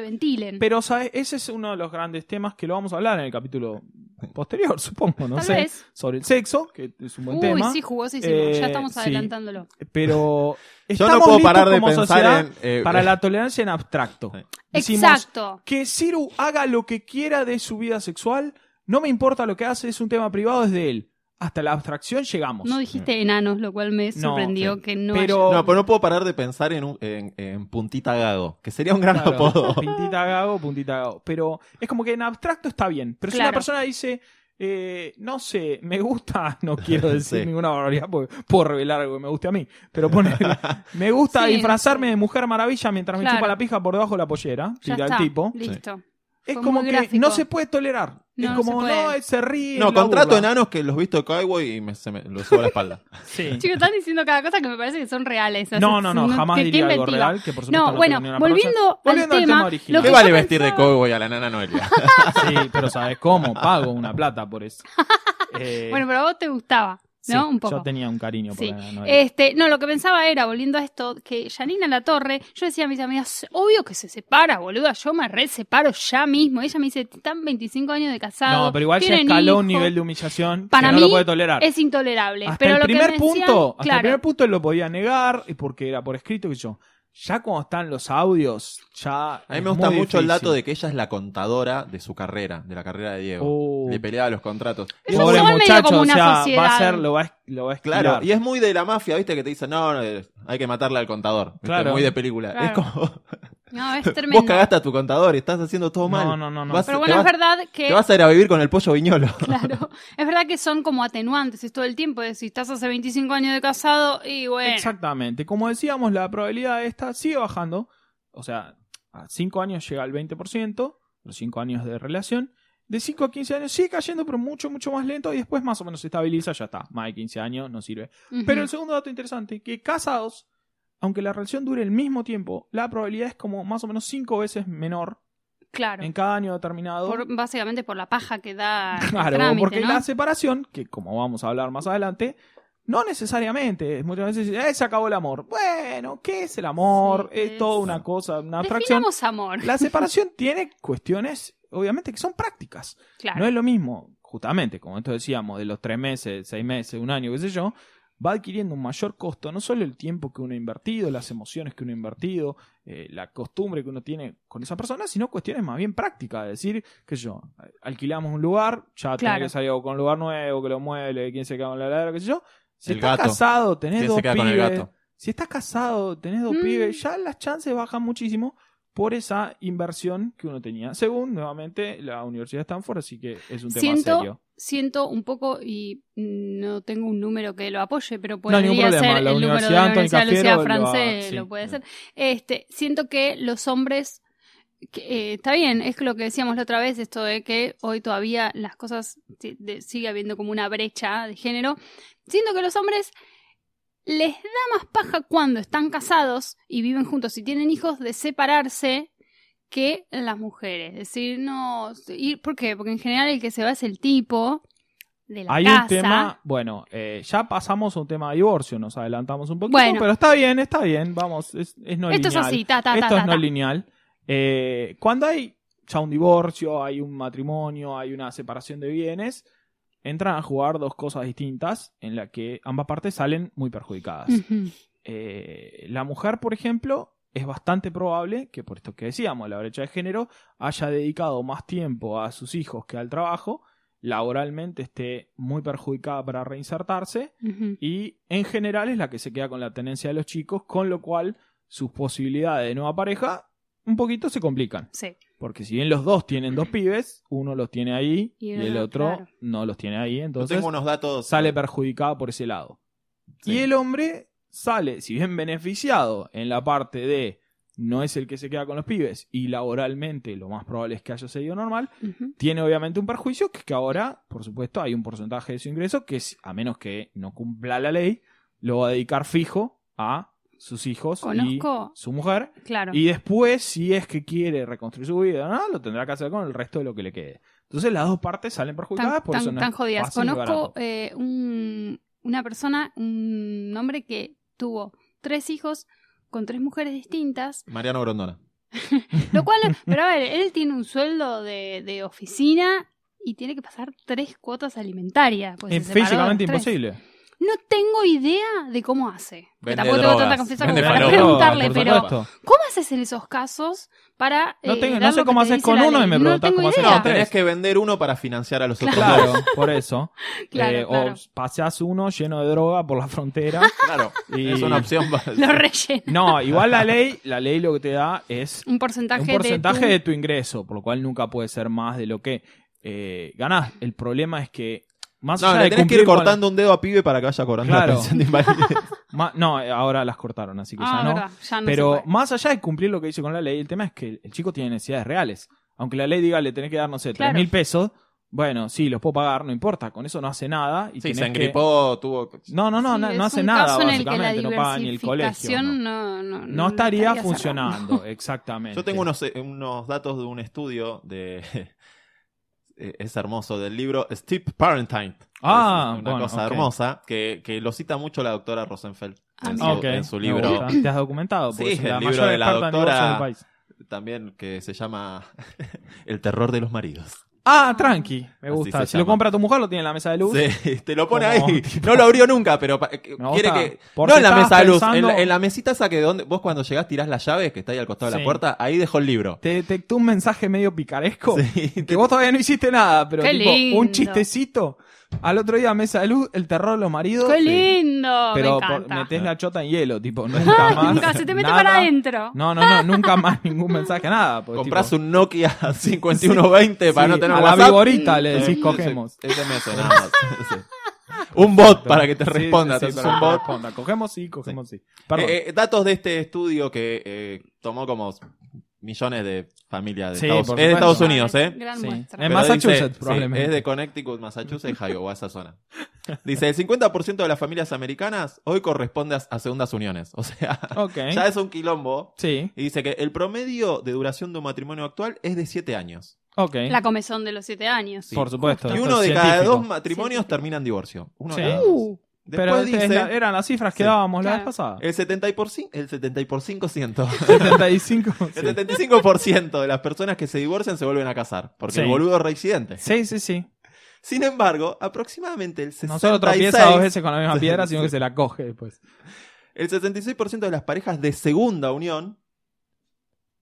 Speaker 3: ventilen.
Speaker 2: Pero ¿sabes? ese es uno de los grandes temas que lo vamos a hablar en el capítulo posterior, supongo, no
Speaker 3: Tal
Speaker 2: sé.
Speaker 3: vez.
Speaker 2: Sobre el sexo, que es un buen
Speaker 3: Uy,
Speaker 2: tema.
Speaker 3: sí, jugosísimo.
Speaker 2: Eh,
Speaker 3: ya estamos
Speaker 2: sí.
Speaker 3: adelantándolo.
Speaker 2: Pero
Speaker 1: Yo
Speaker 2: estamos
Speaker 1: no puedo
Speaker 2: listos
Speaker 1: parar de
Speaker 2: como
Speaker 1: pensar
Speaker 2: sociedad
Speaker 1: en. eh,
Speaker 2: para la tolerancia en abstracto.
Speaker 1: Sí.
Speaker 2: Decimos,
Speaker 3: Exacto.
Speaker 2: Que Ciru haga lo que quiera de su vida sexual, no me importa lo que hace, es un tema privado, es de él. Hasta la abstracción llegamos.
Speaker 3: No dijiste enanos, lo cual me
Speaker 2: Mm. No,
Speaker 3: sorprendió
Speaker 2: sí.
Speaker 3: que no.
Speaker 2: Pero-
Speaker 1: No, pero no puedo parar de pensar en, un- en- en puntita gago, que sería un gran
Speaker 2: Claro,
Speaker 1: apodo.
Speaker 2: Puntita gago, puntita gago. Pero es como que en abstracto está bien. Pero si una
Speaker 3: Claro.
Speaker 2: persona dice, eh, no sé, me gusta, no quiero decir
Speaker 1: Sí.
Speaker 2: ninguna barbaridad porque puedo revelar algo que me guste a mí. Pero poner, me gusta
Speaker 3: Sí,
Speaker 2: disfrazarme de mujer maravilla mientras me
Speaker 3: Claro.
Speaker 2: chupa la pija por debajo de la pollera,
Speaker 3: ya
Speaker 2: tira
Speaker 3: está.
Speaker 2: el tipo.
Speaker 3: Listo.
Speaker 2: Es
Speaker 3: Fue
Speaker 2: como
Speaker 3: muy
Speaker 2: que
Speaker 3: gráfico.
Speaker 2: no se puede tolerar.
Speaker 3: No,
Speaker 2: es
Speaker 3: no
Speaker 2: como,
Speaker 3: se
Speaker 2: no,
Speaker 3: puede.
Speaker 2: él se ríe.
Speaker 1: No,
Speaker 2: la
Speaker 1: contrato
Speaker 2: burla.
Speaker 1: enanos que los visto de cowboy y me, se me- lo subo a la espalda.
Speaker 2: Sí.
Speaker 3: Chicos, están diciendo cada cosa que me parece que son reales. así
Speaker 2: No, no, no,
Speaker 3: que-
Speaker 2: jamás
Speaker 3: que
Speaker 2: diría algo
Speaker 3: inventiva.
Speaker 2: real, que por supuesto
Speaker 3: No,
Speaker 2: no
Speaker 3: bueno,
Speaker 2: tengo ni una
Speaker 3: volviendo,
Speaker 2: vergüenza. Volviendo
Speaker 3: al tema,
Speaker 2: original.
Speaker 3: lo
Speaker 1: ¿Qué
Speaker 3: que
Speaker 1: vale
Speaker 3: yo
Speaker 1: vestir de
Speaker 3: pensaba-
Speaker 1: cowboy a la nana Noelia?
Speaker 2: Sí, pero ¿sabes cómo? Pago una plata por eso. Eh,
Speaker 3: Bueno, pero a vos te gustaba, ¿no?
Speaker 2: sí,
Speaker 3: Un poco.
Speaker 2: Yo tenía un cariño por
Speaker 3: Sí.
Speaker 2: la novela.
Speaker 3: Este, no, lo que pensaba era, volviendo a esto, que Janina La Torre, yo decía a mis amigas, obvio que se separa, boluda, yo me re separo ya mismo. Ella me dice, están 25 años de casado.
Speaker 2: No, pero igual ya
Speaker 3: tienen
Speaker 2: escaló un
Speaker 3: hijos".
Speaker 2: nivel de humillación
Speaker 3: Para
Speaker 2: que no lo
Speaker 3: mí
Speaker 2: puede tolerar.
Speaker 3: Es intolerable.
Speaker 2: hasta
Speaker 3: pero
Speaker 2: el
Speaker 3: lo que
Speaker 2: primer
Speaker 3: me
Speaker 2: punto,
Speaker 3: decían-
Speaker 2: hasta el
Speaker 3: claro,
Speaker 2: primer punto él lo podía negar y porque era por escrito que yo. Ya cuando están los audios, ya
Speaker 1: A mí
Speaker 2: es
Speaker 1: me gusta
Speaker 2: muy
Speaker 1: mucho el
Speaker 2: difícil.
Speaker 1: dato de que ella es la contadora de su carrera, de la carrera de Diego.
Speaker 2: Oh.
Speaker 1: Le peleaba los contratos.
Speaker 3: Ellos
Speaker 2: Pobre
Speaker 3: son medio
Speaker 2: muchacho,
Speaker 3: como
Speaker 2: o
Speaker 3: una
Speaker 2: sea, va a
Speaker 3: sociedad.
Speaker 2: ser lo va a, lo va a esquivar.
Speaker 1: Claro, y es muy de la mafia, ¿viste? Que te dicen, no, no, eh, hay que matarle al contador. ¿viste?
Speaker 2: Claro.
Speaker 1: Muy de película.
Speaker 3: Claro.
Speaker 1: Es como,
Speaker 3: No, es
Speaker 1: vos
Speaker 3: tremendo.
Speaker 1: cagaste a tu contador y estás haciendo todo
Speaker 2: No,
Speaker 1: mal.
Speaker 2: no, no, no.
Speaker 1: Vas-
Speaker 3: Pero
Speaker 1: te
Speaker 3: bueno,
Speaker 1: vas-
Speaker 3: es verdad que...
Speaker 1: Te vas a ir a vivir con el pollo viñolo.
Speaker 3: Claro, es verdad que son como atenuantes, es todo el tiempo. es, Si estás hace 25 años de casado y bueno,
Speaker 2: Exactamente. Como decíamos, la probabilidad esta sigue bajando. O sea, a 5 años llega al 20%, los 5 años de relación. De 5 a 15 años sigue cayendo, pero mucho, mucho más lento. Y después más o menos se estabiliza, ya está. Más de 15 años no sirve.
Speaker 3: ujú,
Speaker 2: Pero el segundo dato interesante, que casados, aunque la relación dure el mismo tiempo, la probabilidad es como más o menos 5 veces menor
Speaker 3: claro,
Speaker 2: en cada año determinado.
Speaker 3: por- básicamente por la paja que da. el
Speaker 2: Claro,
Speaker 3: trámite,
Speaker 2: porque
Speaker 3: ¿no?
Speaker 2: la separación, que como vamos a hablar más adelante, no necesariamente, muchas veces "Eh, se acabó el amor. Bueno, ¿qué es el amor?
Speaker 3: Sí,
Speaker 2: es,
Speaker 3: es-
Speaker 2: toda una cosa, una abstracción.
Speaker 3: Definamos amor,
Speaker 2: La separación tiene cuestiones, obviamente, que son prácticas.
Speaker 3: claro.
Speaker 2: No es lo mismo, justamente, como esto decíamos, de los tres meses, seis meses, un año, qué sé yo, va adquiriendo un mayor costo, no solo el tiempo que uno ha invertido, las emociones que uno ha invertido, eh, la costumbre que uno tiene con esa persona, sino cuestiones más bien prácticas, es decir, que yo, alquilamos un lugar, ya
Speaker 3: Claro.
Speaker 2: tenés que salir con un lugar nuevo, que lo mueble, quién se queda con la ladera, qué sé yo. Si
Speaker 1: El
Speaker 2: estás
Speaker 1: gato.
Speaker 2: casado, tenés
Speaker 1: ¿Quién
Speaker 2: dos
Speaker 1: se queda con el
Speaker 2: pibes,
Speaker 1: gato?
Speaker 2: si estás casado, tenés dos
Speaker 3: Mm.
Speaker 2: pibes, ya las chances bajan muchísimo por esa inversión que uno tenía. Según, nuevamente, la Universidad de Stanford, así que es un tema
Speaker 3: Siento-
Speaker 2: serio.
Speaker 3: Siento un poco, y no tengo un número que lo apoye, pero
Speaker 2: No, ningún
Speaker 3: podría
Speaker 2: problema.
Speaker 3: ser
Speaker 2: La
Speaker 3: el número de
Speaker 2: Universidad
Speaker 3: la
Speaker 2: Antoni
Speaker 3: Universidad Lucía
Speaker 2: Cafiero lo ha-
Speaker 3: Francés,
Speaker 2: sí.
Speaker 3: lo puede ser. Este, siento que los hombres que, eh, está bien, es lo que decíamos la otra vez, esto de que hoy todavía las cosas si- de- sigue habiendo como una brecha de género. Siento que los hombres les da más paja cuando están casados y viven juntos y tienen hijos de separarse que las mujeres. Es decir, no. ir- ¿Por qué? Porque en general el que se va es el tipo de la
Speaker 2: Hay
Speaker 3: casa.
Speaker 2: un tema, bueno, eh, ya pasamos a un tema de divorcio, nos adelantamos un poquito,
Speaker 3: Bueno.
Speaker 2: pero está bien, está bien, vamos, es, es no
Speaker 3: esto es
Speaker 2: lineal.
Speaker 3: así, ta, ta, ta,
Speaker 2: Esto
Speaker 3: ta,
Speaker 2: es no
Speaker 3: ta.
Speaker 2: lineal. Eh, cuando hay ya un divorcio, hay un matrimonio, hay una separación de bienes, entran a jugar dos cosas distintas en las que ambas partes salen muy perjudicadas.
Speaker 3: Ujú.
Speaker 2: Eh, la mujer, por ejemplo, es bastante probable que, por esto que decíamos, la brecha de género, haya dedicado más tiempo a sus hijos que al trabajo laboralmente esté muy perjudicada para reinsertarse
Speaker 3: Ujú.
Speaker 2: y en general es la que se queda con la tenencia de los chicos, con lo cual sus posibilidades de nueva pareja un poquito se complican.
Speaker 3: Sí.
Speaker 2: Porque si bien los dos tienen dos pibes, uno los tiene ahí
Speaker 3: Y
Speaker 2: y,
Speaker 3: el
Speaker 2: el
Speaker 3: otro,
Speaker 2: otro
Speaker 3: claro.
Speaker 2: no los tiene ahí,
Speaker 1: Yo
Speaker 2: entonces
Speaker 1: tengo unos datos.
Speaker 2: sale perjudicado por ese lado.
Speaker 1: Sí.
Speaker 2: Y el hombre sale, si bien beneficiado en la parte de no es el que se queda con los pibes y laboralmente lo más probable es que haya seguido normal,
Speaker 3: Ujú.
Speaker 2: tiene obviamente un perjuicio que, es que ahora, por supuesto, hay un porcentaje de su ingreso que, si- a menos que no cumpla la ley, lo va a dedicar fijo a sus hijos
Speaker 3: Conozco-
Speaker 2: y su mujer.
Speaker 3: Claro.
Speaker 2: Y después, si es que quiere reconstruir su vida, ¿no? lo tendrá que hacer con el resto de lo que le quede. Entonces, las dos partes salen perjudicadas
Speaker 3: tan,
Speaker 2: por eso
Speaker 3: tan,
Speaker 2: no
Speaker 3: tan
Speaker 2: es
Speaker 3: jodidas.
Speaker 2: fácil ni
Speaker 3: Conozco
Speaker 2: barato.
Speaker 3: eh, un- una persona, un hombre que tuvo tres hijos con tres mujeres distintas,
Speaker 1: Mariano Grondona.
Speaker 3: lo cual, pero a ver, él tiene un sueldo de, de oficina y tiene que pasar tres cuotas alimentarias. pues se
Speaker 2: Es
Speaker 3: separó de los
Speaker 2: físicamente
Speaker 3: tres.
Speaker 2: imposible.
Speaker 3: No tengo idea de cómo hace. Que
Speaker 1: Vende
Speaker 3: tampoco tengo tanta
Speaker 1: drogas,
Speaker 3: confianza como
Speaker 1: vende
Speaker 3: para
Speaker 1: falopa,
Speaker 3: preguntarle,
Speaker 1: por
Speaker 3: pero
Speaker 1: supuesto.
Speaker 3: ¿cómo haces en esos casos para...
Speaker 2: No
Speaker 3: eh,
Speaker 2: tengo- no
Speaker 3: dar
Speaker 2: sé
Speaker 3: lo que
Speaker 2: cómo
Speaker 3: te
Speaker 2: haces
Speaker 3: dice
Speaker 2: con
Speaker 3: la
Speaker 2: uno
Speaker 3: ley?
Speaker 2: y me
Speaker 3: No
Speaker 2: preguntás
Speaker 3: tengo
Speaker 2: cómo haces
Speaker 3: idea.
Speaker 2: con
Speaker 1: No, tenés que vender uno para financiar a los otros dos.
Speaker 2: Claro, por eso.
Speaker 3: Claro,
Speaker 2: Eh,
Speaker 3: claro.
Speaker 2: O paseás uno lleno de droga por la frontera.
Speaker 1: Claro,
Speaker 2: Y-
Speaker 1: es una opción. básica.
Speaker 3: Lo rellena.
Speaker 2: No, igual la ley, la ley lo que te da es
Speaker 3: Un porcentaje,
Speaker 2: un
Speaker 3: de
Speaker 2: porcentaje
Speaker 3: tu-
Speaker 2: de tu ingreso, por lo cual nunca puede ser más de lo que eh, ganás. El problema es que más
Speaker 1: No,
Speaker 2: allá
Speaker 1: le
Speaker 2: de
Speaker 1: tenés que
Speaker 2: cumplir
Speaker 1: ir
Speaker 2: con-
Speaker 1: cortando un dedo a pibe para que vaya cobrando la
Speaker 2: Claro.
Speaker 1: pensión de invalidez.
Speaker 2: ma- no, eh, ahora las cortaron, así que
Speaker 3: Ah,
Speaker 2: ya no.
Speaker 3: verdad, ya no se
Speaker 2: Pero
Speaker 3: puede.
Speaker 2: más allá de cumplir lo que dice con la ley, el tema es que el chico tiene necesidades reales. Aunque la ley diga le tenés que dar, no sé, tres
Speaker 3: Claro.
Speaker 2: mil pesos, bueno, sí, los puedo pagar, no importa, con eso no hace nada. Y
Speaker 1: Sí,
Speaker 2: tenés
Speaker 1: se
Speaker 2: que-
Speaker 1: engripó, tuvo.
Speaker 2: No, no, no,
Speaker 3: Sí,
Speaker 2: no, no
Speaker 3: es
Speaker 2: hace
Speaker 3: un
Speaker 2: nada,
Speaker 3: caso en el que la
Speaker 2: básicamente, no paga ni el colegio.
Speaker 3: diversificación
Speaker 2: no.
Speaker 3: No, no,
Speaker 2: No estaría
Speaker 3: cerrada.
Speaker 2: funcionando, exactamente.
Speaker 1: Yo tengo unos, eh, unos datos de un estudio de. eh, Es hermoso, del libro Steep Parentine.
Speaker 2: Ah,
Speaker 1: Es una
Speaker 2: bueno,
Speaker 1: cosa
Speaker 2: ok.
Speaker 1: hermosa que, que lo cita mucho la doctora Rosenfeld
Speaker 3: Ah,
Speaker 1: en, su,
Speaker 3: mira.
Speaker 2: Ok,
Speaker 1: en su
Speaker 2: me
Speaker 1: libro.
Speaker 2: gusta. Te has documentado, porque
Speaker 1: Sí,
Speaker 2: es
Speaker 1: el
Speaker 2: la
Speaker 1: libro
Speaker 2: mayor
Speaker 1: de la
Speaker 2: experta en divorcio
Speaker 1: doctora-
Speaker 2: del país.
Speaker 1: También que se llama El terror de los maridos.
Speaker 2: Ah, tranqui, me
Speaker 1: Así
Speaker 2: gusta.
Speaker 1: se
Speaker 2: Si lo
Speaker 1: llama.
Speaker 2: compra tu mujer, lo tiene en la mesa de luz.
Speaker 1: Sí, te lo pone
Speaker 2: Como,
Speaker 1: ahí.
Speaker 2: tipo-
Speaker 1: No lo abrió nunca, pero pa- que-
Speaker 2: Me
Speaker 1: quiere
Speaker 2: gusta.
Speaker 1: que.
Speaker 2: Porque
Speaker 1: no en la
Speaker 2: estabas
Speaker 1: mesa de luz, en
Speaker 2: pensando-
Speaker 1: la, en la mesita esa que donde, vos cuando llegás tirás la llave que está ahí al costado de
Speaker 2: Sí.
Speaker 1: la puerta, ahí dejó el libro.
Speaker 2: Te detectó un mensaje medio picaresco.
Speaker 1: Sí,
Speaker 2: Que vos todavía no hiciste nada, pero
Speaker 3: Qué
Speaker 2: tipo,
Speaker 3: lindo.
Speaker 2: un chistecito. Al otro día, mesa de luz, el terror de los maridos.
Speaker 3: ¡Qué lindo!
Speaker 2: Pero
Speaker 3: me
Speaker 2: por-
Speaker 3: encanta.
Speaker 2: metés la chota en hielo, tipo, nunca más.
Speaker 3: Nunca, se te mete
Speaker 2: nada.
Speaker 3: para adentro.
Speaker 2: No, no, no, nunca más ningún mensaje, nada. porque,
Speaker 1: Comprás
Speaker 2: tipo,
Speaker 1: un Nokia 5120 para
Speaker 2: sí,
Speaker 1: no tener
Speaker 2: a la
Speaker 1: WhatsApp.
Speaker 2: viborita le
Speaker 1: Eh,
Speaker 2: decís,
Speaker 1: sí,
Speaker 2: cogemos.
Speaker 1: sí, SMS nada más. Ah, Sí. Un bot para que te
Speaker 2: Sí,
Speaker 1: responda.
Speaker 2: sí,
Speaker 1: te haces
Speaker 2: para
Speaker 1: un
Speaker 2: que
Speaker 1: bot.
Speaker 2: responda. Cogemos sí, cogemos sí. Perdón.
Speaker 1: Eh, eh, datos de este estudio que eh, tomó como millones de familias de,
Speaker 2: Sí,
Speaker 1: Estados,
Speaker 2: por
Speaker 1: es de
Speaker 2: supuesto.
Speaker 1: Estados Unidos, ¿eh?
Speaker 3: Gran
Speaker 2: Sí. Em,
Speaker 3: muestra.
Speaker 2: En
Speaker 1: Pero
Speaker 2: Massachusetts,
Speaker 1: dice- sí,
Speaker 2: probablemente.
Speaker 1: es de Connecticut, Massachusetts, Iowa, esa zona. Dice, el 50% de las familias americanas hoy corresponde a, a segundas uniones. O sea,
Speaker 2: Ok.
Speaker 1: ya es un quilombo.
Speaker 2: Sí,
Speaker 1: Y dice que el promedio de duración de un matrimonio actual es de 7 años.
Speaker 2: ok.
Speaker 3: La comezón de los siete años.
Speaker 1: Sí.
Speaker 2: Por supuesto.
Speaker 1: Y
Speaker 2: esto
Speaker 1: uno
Speaker 2: es
Speaker 1: de cada
Speaker 2: científico.
Speaker 1: dos matrimonios
Speaker 3: Científico.
Speaker 1: termina en divorcio. Uno de
Speaker 2: Sí.
Speaker 1: cada dos.
Speaker 3: Uh,
Speaker 1: Después
Speaker 2: Pero es
Speaker 1: dice,
Speaker 2: la- eran las cifras que
Speaker 1: Sí. Eh,
Speaker 2: dábamos la
Speaker 3: Claro.
Speaker 2: vez pasada.
Speaker 1: el 75%, el 75%.
Speaker 2: 75. sí.
Speaker 1: El 75% de las personas que se divorcian se vuelven a casar, porque
Speaker 2: Sí.
Speaker 1: el boludo es reincidente.
Speaker 2: Sí, sí, sí.
Speaker 1: Sin embargo, aproximadamente el 66%,
Speaker 2: No solo tropieza dos veces con la misma piedra, sino que
Speaker 1: Sí.
Speaker 2: se la coge después.
Speaker 1: el 66% de las parejas de segunda unión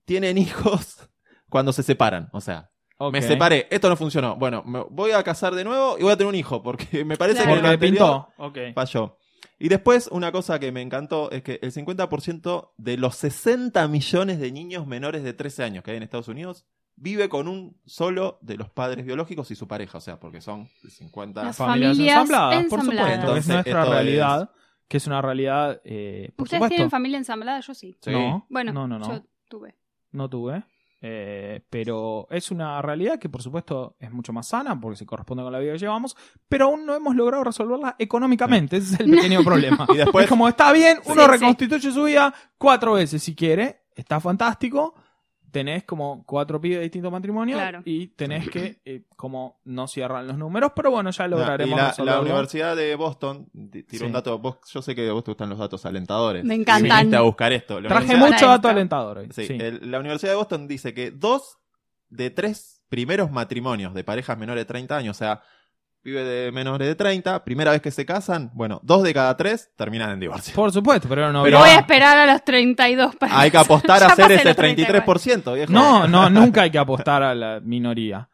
Speaker 1: tienen hijos cuando se separan. O sea,
Speaker 2: Ok.
Speaker 1: me separé, esto no funcionó. Bueno, me voy a casar de nuevo y voy a tener un hijo, porque me parece
Speaker 3: Claro.
Speaker 1: que lo
Speaker 2: Porque me
Speaker 1: anterior
Speaker 2: pintó. Ok.
Speaker 1: falló. Y después, una cosa que me encantó es que el 50% de los 60 millones de niños menores de 13 años que hay en Estados Unidos vive con un solo de los padres biológicos y su pareja, o sea, porque son 50
Speaker 3: Las
Speaker 2: Familias,
Speaker 3: Familias
Speaker 2: ensambladas, por
Speaker 3: ensambladas.
Speaker 2: supuesto. que es
Speaker 1: Entonces,
Speaker 2: nuestra
Speaker 1: esto
Speaker 2: realidad, que es una realidad, eh, por
Speaker 3: ¿Ustedes
Speaker 2: supuesto.
Speaker 3: tienen familia ensamblada? Yo sí.
Speaker 1: Sí.
Speaker 2: No,
Speaker 3: Bueno,
Speaker 2: no, no, no.
Speaker 3: yo tuve.
Speaker 2: No tuve. eh, pero es una realidad que, por supuesto, es mucho más sana porque se corresponde con la vida que llevamos, pero aún no hemos logrado resolverla económicamente. Ese es el pequeño problema.
Speaker 1: Y después-
Speaker 2: Es como está bien, uno
Speaker 3: Pues, Sí, sí.
Speaker 2: reconstituye su vida cuatro veces si quiere, está fantástico. Tenés como cuatro pibes de distintos matrimonios
Speaker 3: Claro.
Speaker 2: y tenés que, eh, como no cierran los números, pero bueno, ya lograremos
Speaker 1: Y la- la,
Speaker 2: resolverlo.
Speaker 1: Universidad de Boston di- tiró
Speaker 2: Sí.
Speaker 1: un dato. Vos, yo sé que a vos te gustan los datos alentadores.
Speaker 3: Me encantan.
Speaker 1: Viniste a buscar esto. La
Speaker 2: Traje
Speaker 1: Universidad-
Speaker 2: mucho dato
Speaker 3: Esto.
Speaker 2: alentador hoy.
Speaker 1: Sí,
Speaker 2: sí.
Speaker 1: el- la Universidad de Boston dice que dos de tres primeros matrimonios de parejas menores de 30 años, o sea, vive de menores de 30, primera vez que se casan, bueno, dos de cada tres terminan en divorcio.
Speaker 2: Por supuesto, pero no
Speaker 1: Pero-
Speaker 3: Voy
Speaker 2: había-
Speaker 3: a esperar a los 32 para.
Speaker 1: Hay que apostar
Speaker 3: Ya
Speaker 1: a hacer
Speaker 3: pasé
Speaker 1: ese
Speaker 3: los 32.
Speaker 1: 33%, viejo.
Speaker 2: No, no, nunca hay que apostar a la minoría.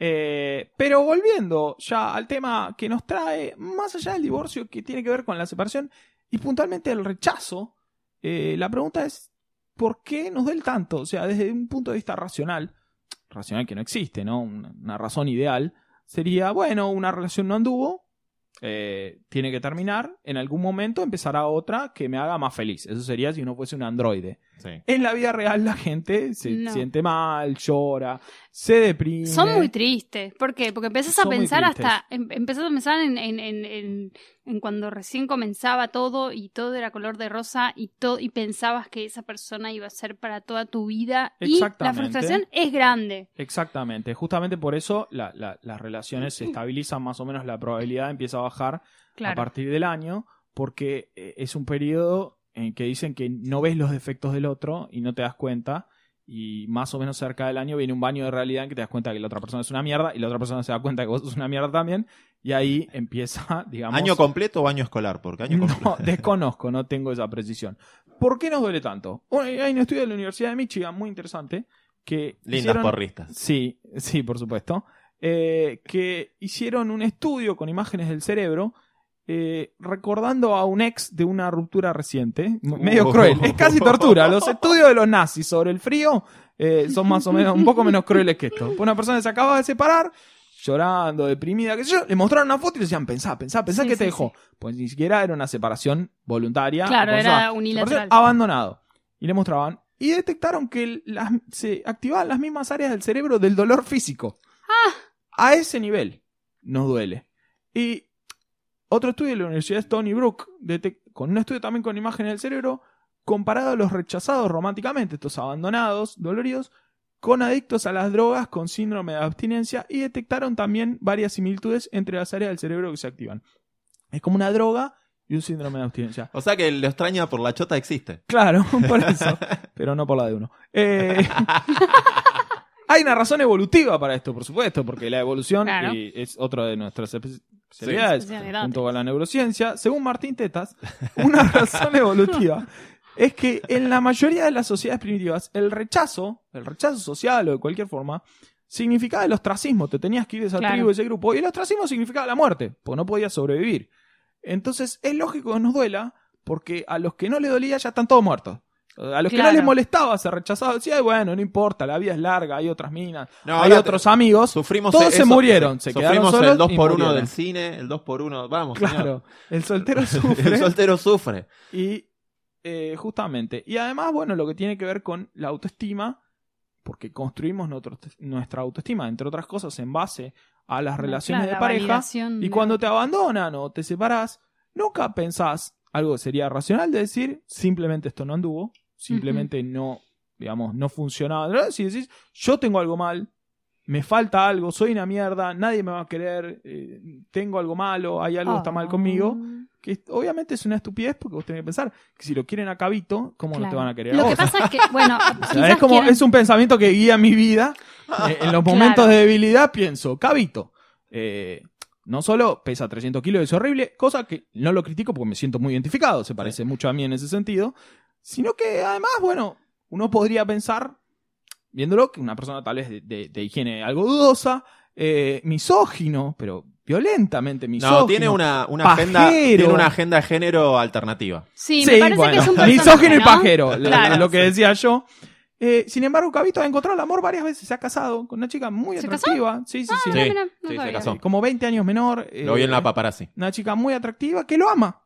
Speaker 2: Eh, pero volviendo ya al tema que nos trae, más allá del divorcio, que tiene que ver con la separación y puntualmente el rechazo, eh, la pregunta es, ¿por qué nos duele tanto? O sea, desde un punto de vista racional, racional que no existe, ¿no? Una, una razón ideal, sería, bueno, una relación no anduvo, eh, tiene que terminar, en algún momento empezará otra que me haga más feliz. Eso sería si uno fuese un androide.
Speaker 1: Sí.
Speaker 2: En la vida real la gente se
Speaker 3: No.
Speaker 2: siente mal, llora, se deprime.
Speaker 3: Son muy tristes. ¿Por qué? Porque empezás a
Speaker 2: Son muy
Speaker 3: pensar
Speaker 2: tristes.
Speaker 3: hasta. em- empezás a pensar en, en- en- en- en cuando recién comenzaba todo y todo era color de rosa y, todo y pensabas que esa persona iba a ser para toda tu vida. Y la
Speaker 2: Exactamente.
Speaker 3: frustración es grande.
Speaker 2: Exactamente, justamente por eso la- la- las relaciones se estabilizan, más o menos la probabilidad empieza a bajar a
Speaker 3: Claro.
Speaker 2: partir del año, porque eh, es un periodo en que dicen que no ves los defectos del otro y no te das cuenta, y más o menos cerca del año viene un baño de realidad en que te das cuenta que la otra persona es una mierda y la otra persona se da cuenta que vos sos una mierda también, y ahí empieza, digamos...
Speaker 1: ¿Año completo o año escolar? Porque año
Speaker 2: No,
Speaker 1: completo.
Speaker 2: desconozco, no tengo esa precisión. ¿Por qué nos duele tanto? Bueno, Hay un estudio de la Universidad de Michigan muy interesante que
Speaker 1: Lindas
Speaker 2: hicieron-
Speaker 1: porristas.
Speaker 2: Sí, sí, por supuesto. Eh, que hicieron un estudio con imágenes del cerebro eh, recordando a un ex de una ruptura reciente. M- Medio cruel, es casi tortura. Los estudios de los nazis sobre el frío eh, son más o menos un poco menos crueles que esto. Fue Una persona que se acaba de separar, llorando, deprimida, qué sé yo, le mostraron una foto y le decían, pensá, pensá, pensá
Speaker 3: Sí,
Speaker 2: que
Speaker 3: sí,
Speaker 2: te dejó. Pues ni siquiera era una separación voluntaria.
Speaker 3: Claro,
Speaker 2: forzada.
Speaker 3: era unilateral.
Speaker 2: Separación Abandonado. Y le mostraban. Y detectaron que el- las- se activaban las mismas áreas del cerebro del dolor físico.
Speaker 3: Ah.
Speaker 2: A ese nivel nos duele. Y otro estudio de la Universidad de Stony Brook, detec- con un estudio también con imágenes del cerebro, comparado a los rechazados románticamente, estos abandonados, doloridos, con adictos a las drogas, con síndrome de abstinencia, y detectaron también varias similitudes entre las áreas del cerebro que se activan. Es como una droga y un síndrome de abstinencia.
Speaker 1: O sea que lo extraña por la chota existe.
Speaker 2: Claro, por eso. Pero no por la de uno. Eh, hay una razón evolutiva para esto, por supuesto, porque la evolución
Speaker 3: Claro.
Speaker 2: y es otra de nuestras espe- especialidades,
Speaker 3: Sí, sí, sí.
Speaker 2: junto con la neurociencia. Según Martín Tetas, una razón evolutiva es que en la mayoría de las sociedades primitivas, el rechazo, el rechazo social o de cualquier forma, significaba el ostracismo. Te tenías que ir de esa
Speaker 3: Claro.
Speaker 2: tribu, de ese grupo. Y el ostracismo significaba la muerte, porque no podías sobrevivir. Entonces, es lógico que nos duela, porque a los que no le dolía ya están todos muertos. A los que no
Speaker 3: Claro.
Speaker 2: les molestaba, se rechazaba, decía, "Ay, bueno, no importa, la vida es larga, hay otras minas,
Speaker 1: No,
Speaker 2: hay
Speaker 1: ahora
Speaker 2: otros amigos.
Speaker 1: Sufrimos
Speaker 2: Todos
Speaker 1: eso-
Speaker 2: se murieron, se quedaron
Speaker 1: Sufrimos
Speaker 2: solos
Speaker 1: el 2
Speaker 2: y
Speaker 1: por 1
Speaker 2: murieron.
Speaker 1: del cine, el 2 por 1 Vamos, señor.
Speaker 2: Claro, el soltero sufre.
Speaker 1: El soltero sufre.
Speaker 2: Y eh, justamente, y además, bueno, lo que tiene que ver con la autoestima, porque construimos nuestro- nuestra autoestima, entre otras cosas, en base a las relaciones de
Speaker 3: Claro, la
Speaker 2: pareja.
Speaker 3: validación
Speaker 2: Y
Speaker 3: de-
Speaker 2: cuando te abandonan o te separás, nunca pensás algo que sería racional de decir, simplemente esto no anduvo, simplemente no, digamos, no funcionaba. ¿no? Si decís, yo tengo algo mal, me falta algo, soy una mierda, nadie me va a querer, eh, tengo algo malo, hay algo que está
Speaker 3: Oh, Ah.
Speaker 2: mal conmigo, que es- obviamente es una estupidez porque vos tenés que pensar que si lo quieren a Cabito, ¿cómo no te
Speaker 3: Claro.
Speaker 2: van a querer a
Speaker 3: Lo
Speaker 2: vos?
Speaker 3: que pasa es que, bueno,
Speaker 2: O sea,
Speaker 3: quizás
Speaker 2: es como
Speaker 3: quieran-
Speaker 2: es un pensamiento que guía mi vida. Eh, en los momentos de debilidad pienso, Cabito, eh, no solo pesa 300 kilos, es horrible, cosa que no lo critico porque me siento muy identificado, se parece mucho a mí en ese sentido, sino que además, bueno, uno podría pensar, viéndolo, que una persona tal vez de, de- de higiene algo dudosa, eh, misógino, pero violentamente misógino.
Speaker 1: No, tiene una, una agenda,
Speaker 2: pajero.
Speaker 1: tiene una agenda de género alternativa.
Speaker 3: Sí, me parece que es un personaje,
Speaker 2: misógino y
Speaker 3: ¿no?
Speaker 2: pajero, lo-
Speaker 3: Claro.
Speaker 2: lo, que decía yo. Eh, sin embargo, Cabito ha encontrado el amor varias veces, se ha casado con una chica muy
Speaker 3: ¿Se casó?
Speaker 2: atractiva. Sí, sí, sí.
Speaker 3: Ah,
Speaker 1: Sí,
Speaker 3: mira, no
Speaker 1: sí, se
Speaker 3: sabía.
Speaker 1: casó.
Speaker 2: Como 20 años menor. eh,
Speaker 1: Lo vi en la paparazzi.
Speaker 2: Una chica muy atractiva que lo ama.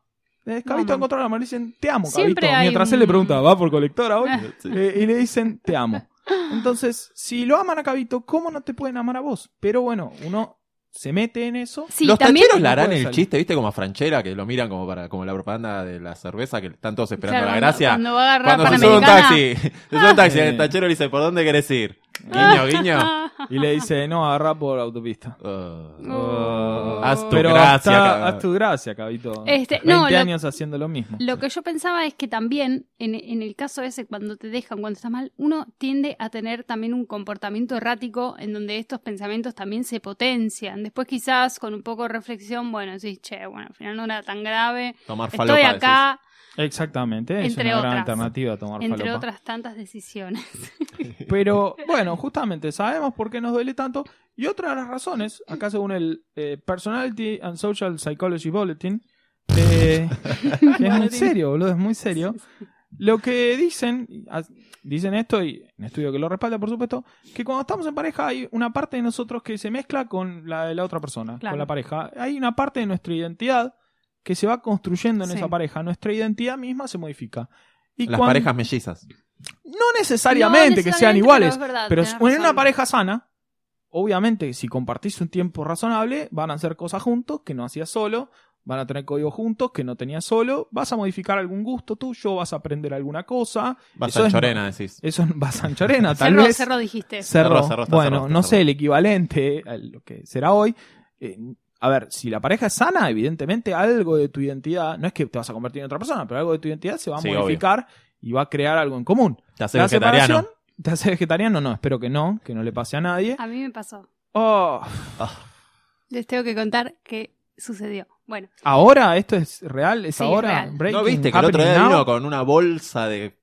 Speaker 2: Eh, Cabito
Speaker 3: aman.
Speaker 2: ha encontrado el amor, le dicen, te amo,
Speaker 3: Siempre
Speaker 2: Cabito.
Speaker 3: hay
Speaker 2: Mientras él
Speaker 3: un- Ah.
Speaker 2: le pregunta, ¿va por colectora hoy?
Speaker 1: Sí.
Speaker 2: Eh, y le dicen, te amo. Entonces, si lo aman a Cabito, ¿cómo no te pueden amar a vos? Pero bueno, uno se mete en eso.
Speaker 3: Sí,
Speaker 1: los
Speaker 3: también.
Speaker 1: tacheros le harán
Speaker 2: puede
Speaker 1: el
Speaker 2: salir.
Speaker 1: chiste, ¿viste? Como a Franchera, que lo miran como para como la propaganda de la cerveza, que están todos esperando
Speaker 3: Claro,
Speaker 1: la
Speaker 3: cuando-
Speaker 1: gracia.
Speaker 3: Cuando va a agarrar
Speaker 1: Cuando se sube un
Speaker 3: Panamericana.
Speaker 1: taxi, se sube un taxi,
Speaker 2: Ah.
Speaker 1: el tachero le dice, ¿por dónde querés ir? Guiño, guiño.
Speaker 3: Ah,
Speaker 2: Y le dice, no, agarrá por autopista.
Speaker 1: Uh,
Speaker 3: Oh.
Speaker 1: haz tu
Speaker 2: Pero
Speaker 1: gracia,
Speaker 2: hasta-
Speaker 1: cabrón.
Speaker 2: haz tu gracia, Cabito.
Speaker 3: Este,
Speaker 2: 20
Speaker 3: no, lo-
Speaker 2: años haciendo lo mismo.
Speaker 3: Lo que yo pensaba es que también, en, en el caso ese, cuando te dejan, cuando estás mal, uno tiende a tener también un comportamiento errático en donde estos pensamientos también se potencian. Después quizás con un poco de reflexión, bueno, decís, che, bueno, al final no era tan grave,
Speaker 1: Tomar
Speaker 3: estoy
Speaker 1: falopa, decís.
Speaker 3: acá,
Speaker 2: Exactamente, es
Speaker 3: Entre
Speaker 2: una gran
Speaker 3: otras.
Speaker 2: alternativa a tomar
Speaker 3: entre
Speaker 2: falopa.
Speaker 3: otras tantas decisiones.
Speaker 2: Pero bueno, justamente sabemos por qué nos duele tanto. Y otra de las razones, acá según el eh, Personality and Social Psychology Bulletin, eh, que es muy serio, boludo, es muy serio. Lo que dicen, a- dicen esto, y un estudio que lo respalda, por supuesto, que cuando estamos en pareja hay una parte de nosotros que se mezcla con la de la otra persona,
Speaker 3: Claro.
Speaker 2: con la pareja. Hay una parte de nuestra identidad que se va construyendo en
Speaker 3: Sí.
Speaker 2: esa pareja. Nuestra identidad misma se modifica. Y
Speaker 1: Las
Speaker 2: cuan-
Speaker 1: parejas mellizas.
Speaker 2: no necesariamente que sean iguales, pero
Speaker 3: es
Speaker 2: en una pareja sana, obviamente, si compartís un tiempo razonable, van a hacer cosas juntos que no hacías solo, van a tener código juntos que no tenías solo, vas a modificar algún gusto tuyo, vas a aprender alguna cosa.
Speaker 1: Vas
Speaker 2: Eso
Speaker 1: a
Speaker 2: es-
Speaker 1: Chorena, decís.
Speaker 2: Eso es Basanchorena, tal
Speaker 3: Cerro,
Speaker 2: vez.
Speaker 3: cerro dijiste.
Speaker 2: Cerro.
Speaker 1: Cerro, cerro, está
Speaker 2: bueno,
Speaker 1: cerro, está
Speaker 2: no
Speaker 1: cerro.
Speaker 2: sé el equivalente a lo que será hoy. Eh, a ver, si la pareja es sana, evidentemente algo de tu identidad, no es que te vas a convertir en otra persona, pero algo de tu identidad se va a
Speaker 1: Sí, obvio.
Speaker 2: modificar y va a crear algo en común.
Speaker 1: Te haces
Speaker 2: la
Speaker 1: vegetariano.
Speaker 2: separación, ¿te hace vegetariano? No, espero que no, que no le pase a nadie.
Speaker 3: A mí me pasó.
Speaker 2: Oh,
Speaker 3: Les tengo que contar que sucedió. Bueno,
Speaker 2: ¿Ahora? ¿Esto es real? ¿Es
Speaker 3: Sí,
Speaker 2: ahora?
Speaker 3: real.
Speaker 2: Breaking,
Speaker 1: ¿No viste que el otro
Speaker 2: happening
Speaker 1: día
Speaker 2: now?
Speaker 1: vino con una bolsa de,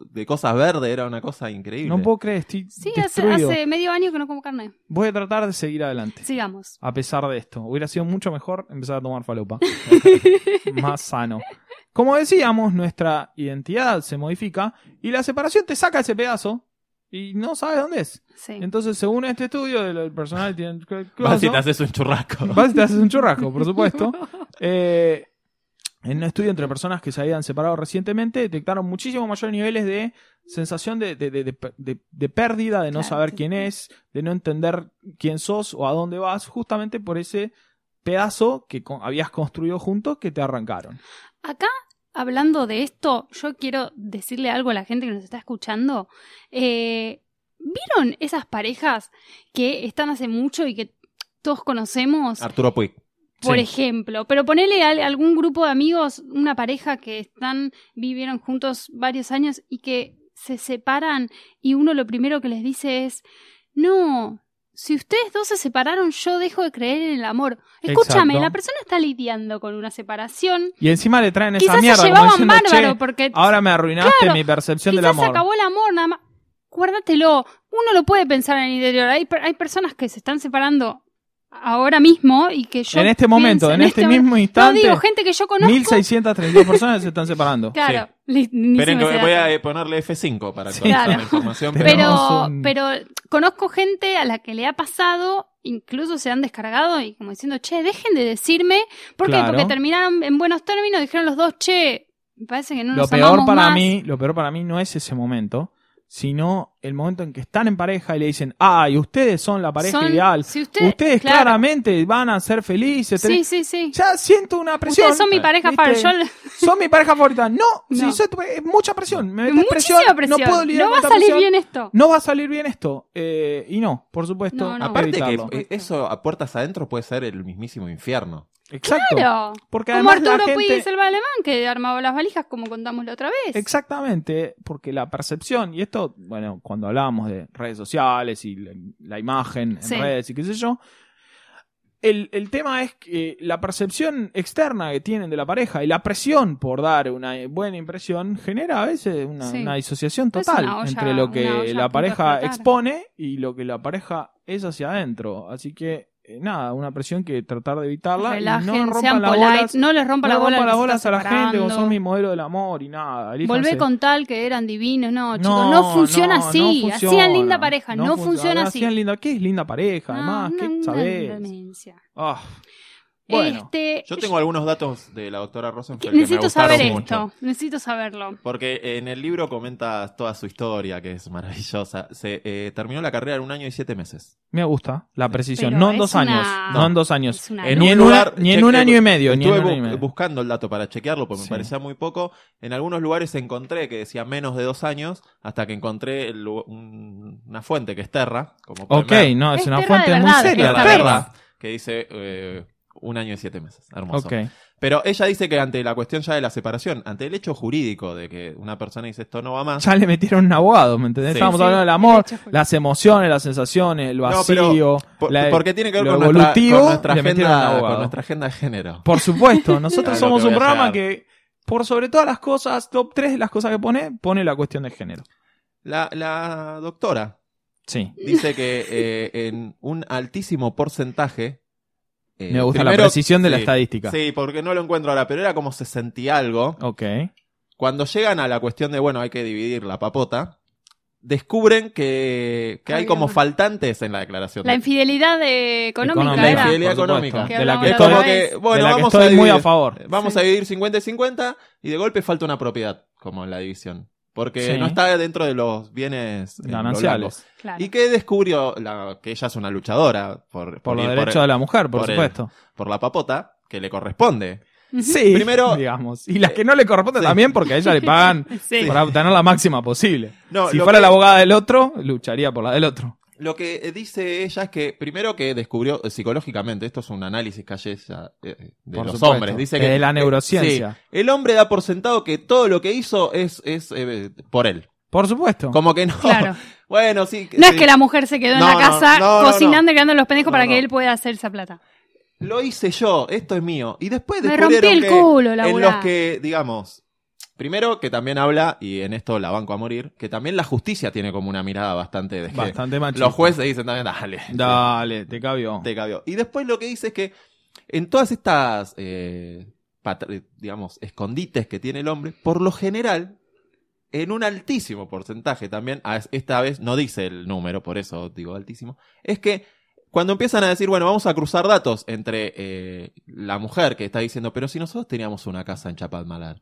Speaker 1: de cosas verdes? Era una cosa increíble.
Speaker 2: No puedo creer, estoy
Speaker 3: sí, hace,
Speaker 2: destruido.
Speaker 3: hace medio año que no como carne.
Speaker 2: Voy a tratar de seguir adelante.
Speaker 3: Sigamos.
Speaker 2: A pesar de esto, hubiera sido mucho mejor empezar a tomar falopa. Más sano. Como decíamos, nuestra identidad se modifica y la separación te saca ese pedazo y no sabes dónde es.
Speaker 3: Sí.
Speaker 2: Entonces, según este estudio del del personal, tiene-
Speaker 1: Vas y te haces un churrasco.
Speaker 2: Vas y te haces un churrasco, por supuesto. Eh, en un estudio entre personas que se habían separado recientemente, detectaron muchísimos mayores niveles de sensación de, de- de- de- de- de pérdida, de no
Speaker 3: Claro,
Speaker 2: saber
Speaker 3: sí.
Speaker 2: quién es, de no entender quién sos o a dónde vas, justamente por ese pedazo que co- habías construido juntos que te arrancaron.
Speaker 3: Acá, hablando de esto, yo quiero decirle algo a la gente que nos está escuchando. Eh, ¿Vieron esas parejas que están hace mucho y que todos conocemos?
Speaker 1: Arturo Puig.
Speaker 3: Por
Speaker 2: Sí.
Speaker 3: ejemplo, pero ponele a al- algún grupo de amigos, una pareja que están, vivieron juntos varios años y que se separan y uno lo primero que les dice es, no, si ustedes dos se separaron, yo dejo de creer en el amor. Escúchame,
Speaker 2: Exacto.
Speaker 3: la persona está lidiando con una separación.
Speaker 2: Y encima le traen esa
Speaker 3: Quizás
Speaker 2: mierda
Speaker 3: se
Speaker 2: como
Speaker 3: llevaban
Speaker 2: diciendo, "Che,
Speaker 3: bárbaro porque
Speaker 2: ahora me arruinaste
Speaker 3: Claro,
Speaker 2: mi percepción del
Speaker 3: quizás se
Speaker 2: amor.
Speaker 3: acabó el amor, nada más. Guárdatelo. Uno lo puede pensar en el interior. Hay, per- hay personas que se están separando ahora mismo y que yo
Speaker 2: en este
Speaker 3: pienso
Speaker 2: momento, en, este, mismo
Speaker 3: No
Speaker 2: instante,
Speaker 3: digo, gente que yo conozco.
Speaker 2: 1632 personas se están separando.
Speaker 3: Claro, li- ni se
Speaker 1: Esperen
Speaker 3: me
Speaker 1: que
Speaker 3: hace
Speaker 1: voy
Speaker 3: dato.
Speaker 1: a eh, ponerle F5 para actualizar
Speaker 3: Claro.
Speaker 1: la información.
Speaker 2: Pero-
Speaker 3: Pero,
Speaker 2: Tenemos un-
Speaker 3: pero conozco gente a la que le ha pasado, incluso se han descargado y como diciendo, che, dejen de decirme. ¿Por qué?
Speaker 2: Claro.
Speaker 3: Porque terminaron en buenos términos, dijeron los dos, che, me parece que no
Speaker 2: lo
Speaker 3: nos
Speaker 2: peor
Speaker 3: amamos
Speaker 2: para
Speaker 3: Mm, más".
Speaker 2: mí lo peor para mí no es ese momento sino el momento en que están en pareja y le dicen ah y ustedes son la pareja
Speaker 3: Son-
Speaker 2: ideal
Speaker 3: si usted-
Speaker 2: ustedes
Speaker 3: claro.
Speaker 2: claramente van a ser felices
Speaker 3: Sí,
Speaker 2: tenés-".
Speaker 3: sí, sí.
Speaker 2: ya siento una presión
Speaker 3: Ustedes son mi pareja, para
Speaker 2: ¿viste?
Speaker 3: yo le-
Speaker 2: son mi pareja favorita no,
Speaker 3: No.
Speaker 2: si soy tu pa- es mucha presión me metes
Speaker 3: Muchísima
Speaker 2: presión,
Speaker 3: presión.
Speaker 2: no puedo lidiar
Speaker 3: No
Speaker 2: con
Speaker 3: va a
Speaker 2: esta
Speaker 3: salir
Speaker 2: presión.
Speaker 3: bien esto.
Speaker 2: no va a salir bien esto Eh, y no por supuesto
Speaker 3: No, no.
Speaker 1: Aparte
Speaker 2: evitarlo.
Speaker 1: que eh, eso a puertas adentro puede ser el mismísimo infierno.
Speaker 2: exacto
Speaker 3: Claro.
Speaker 2: porque
Speaker 3: Como
Speaker 2: además la
Speaker 3: Arturo Puig
Speaker 2: gente-
Speaker 3: y Selva Alemán, que armaba las valijas, como contamos la otra vez.
Speaker 2: Exactamente, porque la percepción, y esto, bueno, cuando hablábamos de redes sociales y la, la imagen en
Speaker 3: Sí.
Speaker 2: redes y qué sé yo, el, el tema es que la percepción externa que tienen de la pareja y la presión por dar una buena impresión genera a veces una,
Speaker 3: Sí.
Speaker 2: una disociación
Speaker 3: Es
Speaker 2: total
Speaker 3: una olla-
Speaker 2: entre lo
Speaker 3: una olla
Speaker 2: que
Speaker 3: a punto
Speaker 2: la
Speaker 3: de
Speaker 2: pareja
Speaker 3: explotar.
Speaker 2: expone y lo que la pareja es hacia adentro. Así que, eh, nada, una presión que tratar de evitarla y no
Speaker 3: Relajen,
Speaker 2: rompan
Speaker 3: sean
Speaker 2: las
Speaker 3: polite,
Speaker 2: bolas
Speaker 3: no les rompa
Speaker 2: no
Speaker 3: la bola.
Speaker 2: rompa
Speaker 3: que
Speaker 2: las
Speaker 3: se
Speaker 2: bolas a
Speaker 3: está
Speaker 2: la gente, vos sos
Speaker 3: separando.
Speaker 2: mi modelo del amor y nada. elíjanse.
Speaker 3: Volvé con tal que eran divinos. No, chicos,
Speaker 2: No,
Speaker 3: no, funciona
Speaker 2: no,
Speaker 3: así.
Speaker 2: no funciona.
Speaker 3: Hacían linda pareja, no,
Speaker 2: func-
Speaker 3: funciona así.
Speaker 2: Hacían linda, ¿Qué es linda pareja?
Speaker 3: No,
Speaker 2: Además,
Speaker 3: una-
Speaker 2: ¿qué
Speaker 3: una
Speaker 2: sabés?
Speaker 3: demencia.
Speaker 2: Ah, Bueno,
Speaker 3: este,
Speaker 1: Yo tengo algunos datos de la doctora Rosenfeld. que me
Speaker 3: necesito
Speaker 1: gustaron
Speaker 3: saber
Speaker 1: mucho.
Speaker 3: esto, necesito saberlo.
Speaker 1: Porque en el libro comenta toda su historia, que es maravillosa. Se eh, terminó la carrera en un año y siete meses.
Speaker 2: me gusta la precisión.
Speaker 3: Pero
Speaker 2: no en
Speaker 3: es
Speaker 2: dos
Speaker 3: una-
Speaker 2: años. No en dos años.
Speaker 3: es una
Speaker 2: Eh,
Speaker 3: En
Speaker 2: ni
Speaker 1: un
Speaker 2: en,
Speaker 1: lugar-
Speaker 2: una- ni en
Speaker 1: chequeé-
Speaker 2: un año y medio. Ni en
Speaker 1: Estuve
Speaker 2: un año y
Speaker 1: bu-
Speaker 2: medio.
Speaker 1: buscando el dato para chequearlo, porque
Speaker 2: Sí.
Speaker 1: me parecía muy poco. En algunos lugares encontré que decía menos de dos años, hasta que encontré el lu- un- una fuente que es Terra, como pueden
Speaker 2: Ok,
Speaker 1: ver.
Speaker 2: no, es,
Speaker 3: Es
Speaker 2: una
Speaker 3: terra
Speaker 2: fuente
Speaker 3: de
Speaker 2: muy
Speaker 3: verdad,
Speaker 2: seria.
Speaker 3: esta
Speaker 1: Terra,
Speaker 3: vez.
Speaker 2: Terra.
Speaker 1: que dice eh, un año y siete meses. Hermoso.
Speaker 2: Ok,
Speaker 1: Pero ella dice que ante la cuestión ya de la separación, ante el hecho jurídico de que una persona dice esto no va más,
Speaker 2: ya le metieron un abogado, ¿me entendés?
Speaker 1: Sí.
Speaker 2: Estábamos
Speaker 3: Sí,
Speaker 2: hablando del amor,
Speaker 3: derecho fue-
Speaker 2: las emociones, las sensaciones, el
Speaker 1: No,
Speaker 2: vacío.
Speaker 1: pero por-
Speaker 2: la-
Speaker 1: porque tiene que ver
Speaker 2: lo
Speaker 1: con nuestra,
Speaker 2: evolutivo,
Speaker 1: con nuestra
Speaker 2: le metieron un
Speaker 1: agenda,
Speaker 2: abogado.
Speaker 1: con nuestra agenda de género.
Speaker 2: Por supuesto, nosotros
Speaker 1: Claro,
Speaker 2: somos
Speaker 1: lo que
Speaker 2: un
Speaker 1: voy a
Speaker 2: programa
Speaker 1: llegar.
Speaker 2: que por sobre todas las cosas, top 3 de las cosas que pone, pone la cuestión de género.
Speaker 1: La, la doctora
Speaker 2: Sí.
Speaker 1: dice que eh, en un altísimo porcentaje. eh,
Speaker 2: Me gusta la precisión de la estadística.
Speaker 1: Sí, porque no lo encuentro ahora, pero era como 60 y algo.
Speaker 2: Ok.
Speaker 1: Cuando llegan a la cuestión de, bueno, hay que dividir la papota, descubren que, que hay
Speaker 3: Ay,
Speaker 1: como
Speaker 3: Dios.
Speaker 1: faltantes en la declaración.
Speaker 3: La infidelidad de- económica,
Speaker 2: Económica,
Speaker 3: era.
Speaker 1: infidelidad
Speaker 2: por supuesto,
Speaker 1: económica.
Speaker 3: Que
Speaker 2: De la
Speaker 1: es
Speaker 2: que
Speaker 3: hablamos la
Speaker 2: estoy,
Speaker 1: como
Speaker 3: otra vez.
Speaker 1: que, bueno,
Speaker 2: de la que
Speaker 1: vamos, a
Speaker 2: estoy
Speaker 1: dividir, Eh,
Speaker 2: muy a favor.
Speaker 1: vamos
Speaker 3: Sí.
Speaker 1: a dividir 50 y 50 y de golpe falta una propiedad, como en la división. Porque
Speaker 2: Sí.
Speaker 1: no está dentro de los bienes eh,
Speaker 2: Gananciales.
Speaker 1: lo blanco.
Speaker 3: Claro.
Speaker 1: ¿Y que descubrió? La, que ella es una luchadora por,
Speaker 2: Por los
Speaker 1: por-
Speaker 2: derechos de la mujer, por,
Speaker 1: por el-
Speaker 2: supuesto.
Speaker 1: por la papota que le corresponde.
Speaker 3: Ujú.
Speaker 2: Sí.
Speaker 1: Primero- Eh,
Speaker 2: digamos. Y las que no le corresponden
Speaker 1: Sí.
Speaker 2: también porque a ella le pagan
Speaker 3: Sí.
Speaker 2: para obtener la máxima posible.
Speaker 1: No,
Speaker 2: si
Speaker 1: lo
Speaker 2: fuera
Speaker 1: que-
Speaker 2: la abogada del otro, lucharía por la del otro.
Speaker 1: Lo que eh, dice ella es que primero que descubrió eh, psicológicamente, esto es un análisis que hay ella, eh, de
Speaker 2: Por
Speaker 1: los
Speaker 2: supuesto,
Speaker 1: hombres, dice
Speaker 2: de
Speaker 1: que
Speaker 2: la
Speaker 1: eh,
Speaker 2: neurociencia.
Speaker 1: sí, el hombre da por sentado que todo lo que hizo es, es eh, por él.
Speaker 2: Por supuesto.
Speaker 1: Como que no.
Speaker 3: Claro.
Speaker 1: Bueno, sí.
Speaker 3: No es
Speaker 1: sí.
Speaker 3: que la mujer se quedó en
Speaker 1: No,
Speaker 3: la
Speaker 1: no,
Speaker 3: casa
Speaker 1: no, no,
Speaker 3: cocinando
Speaker 1: no.
Speaker 3: y creando los pendejos
Speaker 1: No,
Speaker 3: para que
Speaker 1: no.
Speaker 3: él pueda hacer esa plata.
Speaker 1: Lo hice yo, esto es mío. Y después
Speaker 3: Me
Speaker 1: descubrieron
Speaker 3: rompí el
Speaker 1: que
Speaker 3: culo,
Speaker 1: en
Speaker 3: laburá.
Speaker 1: los que, digamos, primero que también habla, y en esto la banco a morir, que también la justicia tiene como una mirada bastante de
Speaker 2: Bastante machista.
Speaker 1: Los jueces dicen también, dale.
Speaker 2: Dale, te cabió.
Speaker 1: Te cabió. Y después lo que dice es que en todas estas, eh, pat- eh, digamos, escondites que tiene el hombre, por lo general, en un altísimo porcentaje también, a- esta vez no dice el número, por eso digo altísimo, es que cuando empiezan a decir, bueno, vamos a cruzar datos entre eh, la mujer que está diciendo, pero si nosotros teníamos una casa en Chapadmalar.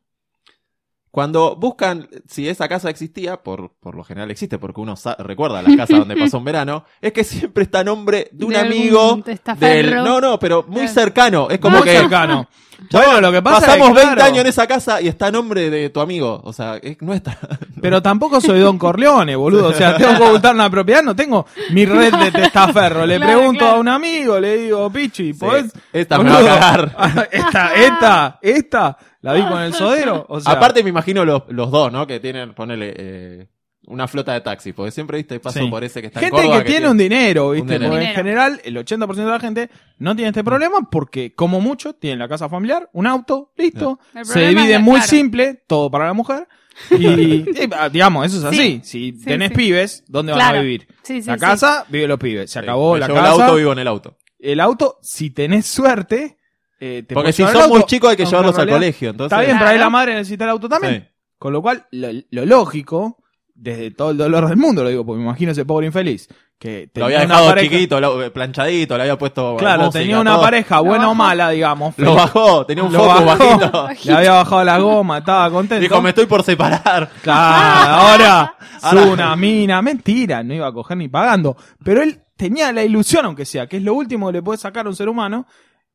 Speaker 1: Cuando buscan si esa casa existía, por, por lo general existe, porque uno sa- recuerda la casa donde pasó un verano, es que siempre está a nombre de un
Speaker 3: De algún
Speaker 1: amigo.
Speaker 3: testaferro.
Speaker 1: Del, no, no, pero muy
Speaker 3: Claro.
Speaker 1: cercano. Es como
Speaker 2: Muy
Speaker 1: que
Speaker 2: cercano. bueno, lo que pasa es que,
Speaker 1: pasamos 20
Speaker 2: claro,
Speaker 1: años en esa casa y está a nombre de tu amigo. O sea, es, no está.
Speaker 2: Pero tampoco soy Don Corleone, boludo. O sea, tengo que ocultar una propiedad, no tengo mi red de testaferro. Le
Speaker 3: Claro,
Speaker 2: pregunto
Speaker 3: claro.
Speaker 2: a un amigo, le digo, Pichi, ¿podés?
Speaker 1: esta me va a
Speaker 2: boludo,
Speaker 1: cagar.
Speaker 2: Esta, esta, esta, la vi con el sodero. O sea,
Speaker 1: Aparte, me imagino los, los dos, ¿no? Que tienen, ponele, eh, una flota de taxi. Porque siempre, viste, paso
Speaker 2: Sí.
Speaker 1: por ese que está en
Speaker 2: gente
Speaker 1: Córdoba.
Speaker 2: que tiene un dinero, ¿viste?
Speaker 1: Un dinero.
Speaker 2: Porque en
Speaker 3: Dinero.
Speaker 2: general, el 80% de la gente no tiene este problema porque, como mucho, tiene la casa familiar, un auto, listo.
Speaker 3: El
Speaker 2: Se
Speaker 3: problema
Speaker 2: divide
Speaker 3: es la-
Speaker 2: muy
Speaker 3: claro.
Speaker 2: simple, todo para la mujer. Y, y, ah, digamos, eso es así. si
Speaker 3: sí,
Speaker 2: tenés
Speaker 3: sí.
Speaker 2: pibes, ¿dónde van a
Speaker 3: Claro.
Speaker 2: vivir?
Speaker 3: Sí, sí,
Speaker 2: la
Speaker 3: sí.
Speaker 2: casa, vive los pibes. Se
Speaker 1: Sí,
Speaker 2: acabó
Speaker 1: me
Speaker 2: la
Speaker 1: llevo
Speaker 2: casa.
Speaker 1: el auto, vivo en el auto.
Speaker 2: el auto, si tenés suerte, eh, te
Speaker 1: Porque
Speaker 2: podés
Speaker 1: si
Speaker 2: llevar el
Speaker 1: son muy
Speaker 2: auto,
Speaker 1: chicos hay que
Speaker 2: aunque
Speaker 1: llevarlos
Speaker 2: en
Speaker 1: al
Speaker 2: realidad-
Speaker 1: colegio. Entonces,
Speaker 2: Está bien, pero ahí
Speaker 3: Claro.
Speaker 2: la madre necesita el auto también.
Speaker 1: Sí.
Speaker 2: Con lo cual, lo, lo lógico, desde todo el dolor del mundo, lo digo, porque me imagino ese pobre infeliz, que
Speaker 1: Lo
Speaker 2: tenía
Speaker 1: había
Speaker 2: una
Speaker 1: dejado
Speaker 2: pareja-
Speaker 1: chiquito, lo- eh, planchadito, le había puesto.
Speaker 2: Claro,
Speaker 1: música,
Speaker 2: tenía una
Speaker 1: todo.
Speaker 2: pareja, buena
Speaker 3: bajó.
Speaker 2: o mala, digamos.
Speaker 1: Lo bajó, tenía un
Speaker 2: Lo
Speaker 1: foco
Speaker 2: bajó.
Speaker 1: bajito.
Speaker 2: Le había bajado la goma, estaba contento.
Speaker 1: Dijo, me estoy por separar.
Speaker 2: Claro, ahora
Speaker 1: Ahora-
Speaker 2: es una mina. Mentira, no iba a coger ni pagando. Pero él tenía la ilusión, aunque sea, que es lo último que le puede sacar a un ser humano.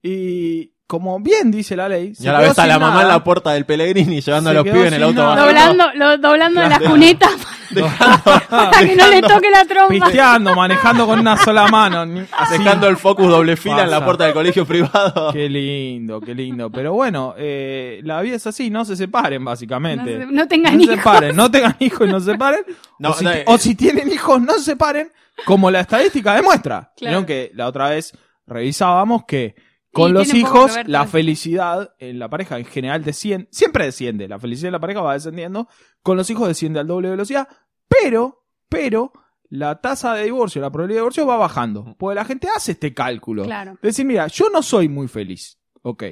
Speaker 2: Y como bien dice la ley.
Speaker 1: Y ahora ves a la mamá en la puerta del Pellegrini llevando a
Speaker 2: Se
Speaker 1: los
Speaker 2: quedó
Speaker 1: pibes en el
Speaker 2: sin
Speaker 1: auto
Speaker 2: nada.
Speaker 1: bajito.
Speaker 3: Doblando, lo- doblando de las
Speaker 1: Claro.
Speaker 3: cunetas
Speaker 2: puerta.
Speaker 3: para que no le toque la trompa.
Speaker 2: Pisteando, manejando con una sola mano. ni- así.
Speaker 1: Dejando el focus doble fila en la
Speaker 2: Pasa.
Speaker 1: puerta del colegio privado.
Speaker 2: Qué lindo, qué lindo. Pero bueno, eh, la vida es así, no se separen, básicamente.
Speaker 3: No se- no tengan
Speaker 2: No se
Speaker 3: hijos.
Speaker 2: separen, no tengan hijos y no se separen.
Speaker 1: No,
Speaker 2: o, si,
Speaker 1: no,
Speaker 2: ti-
Speaker 1: eh.
Speaker 2: o si tienen hijos, no se separen, como la estadística demuestra.
Speaker 3: Claro.
Speaker 2: Vieron que la otra vez revisábamos que con
Speaker 3: Y
Speaker 2: los
Speaker 3: tiene un poco que
Speaker 2: hijos
Speaker 3: ver
Speaker 2: la
Speaker 3: todo.
Speaker 2: felicidad en la pareja en general desciende, siempre desciende, la felicidad de la pareja va descendiendo, con los hijos desciende al doble velocidad, pero, pero, la tasa de divorcio, la probabilidad de divorcio va bajando. Porque la gente hace este cálculo.
Speaker 3: Claro.
Speaker 2: Decir, mira, yo no soy muy feliz. Ok.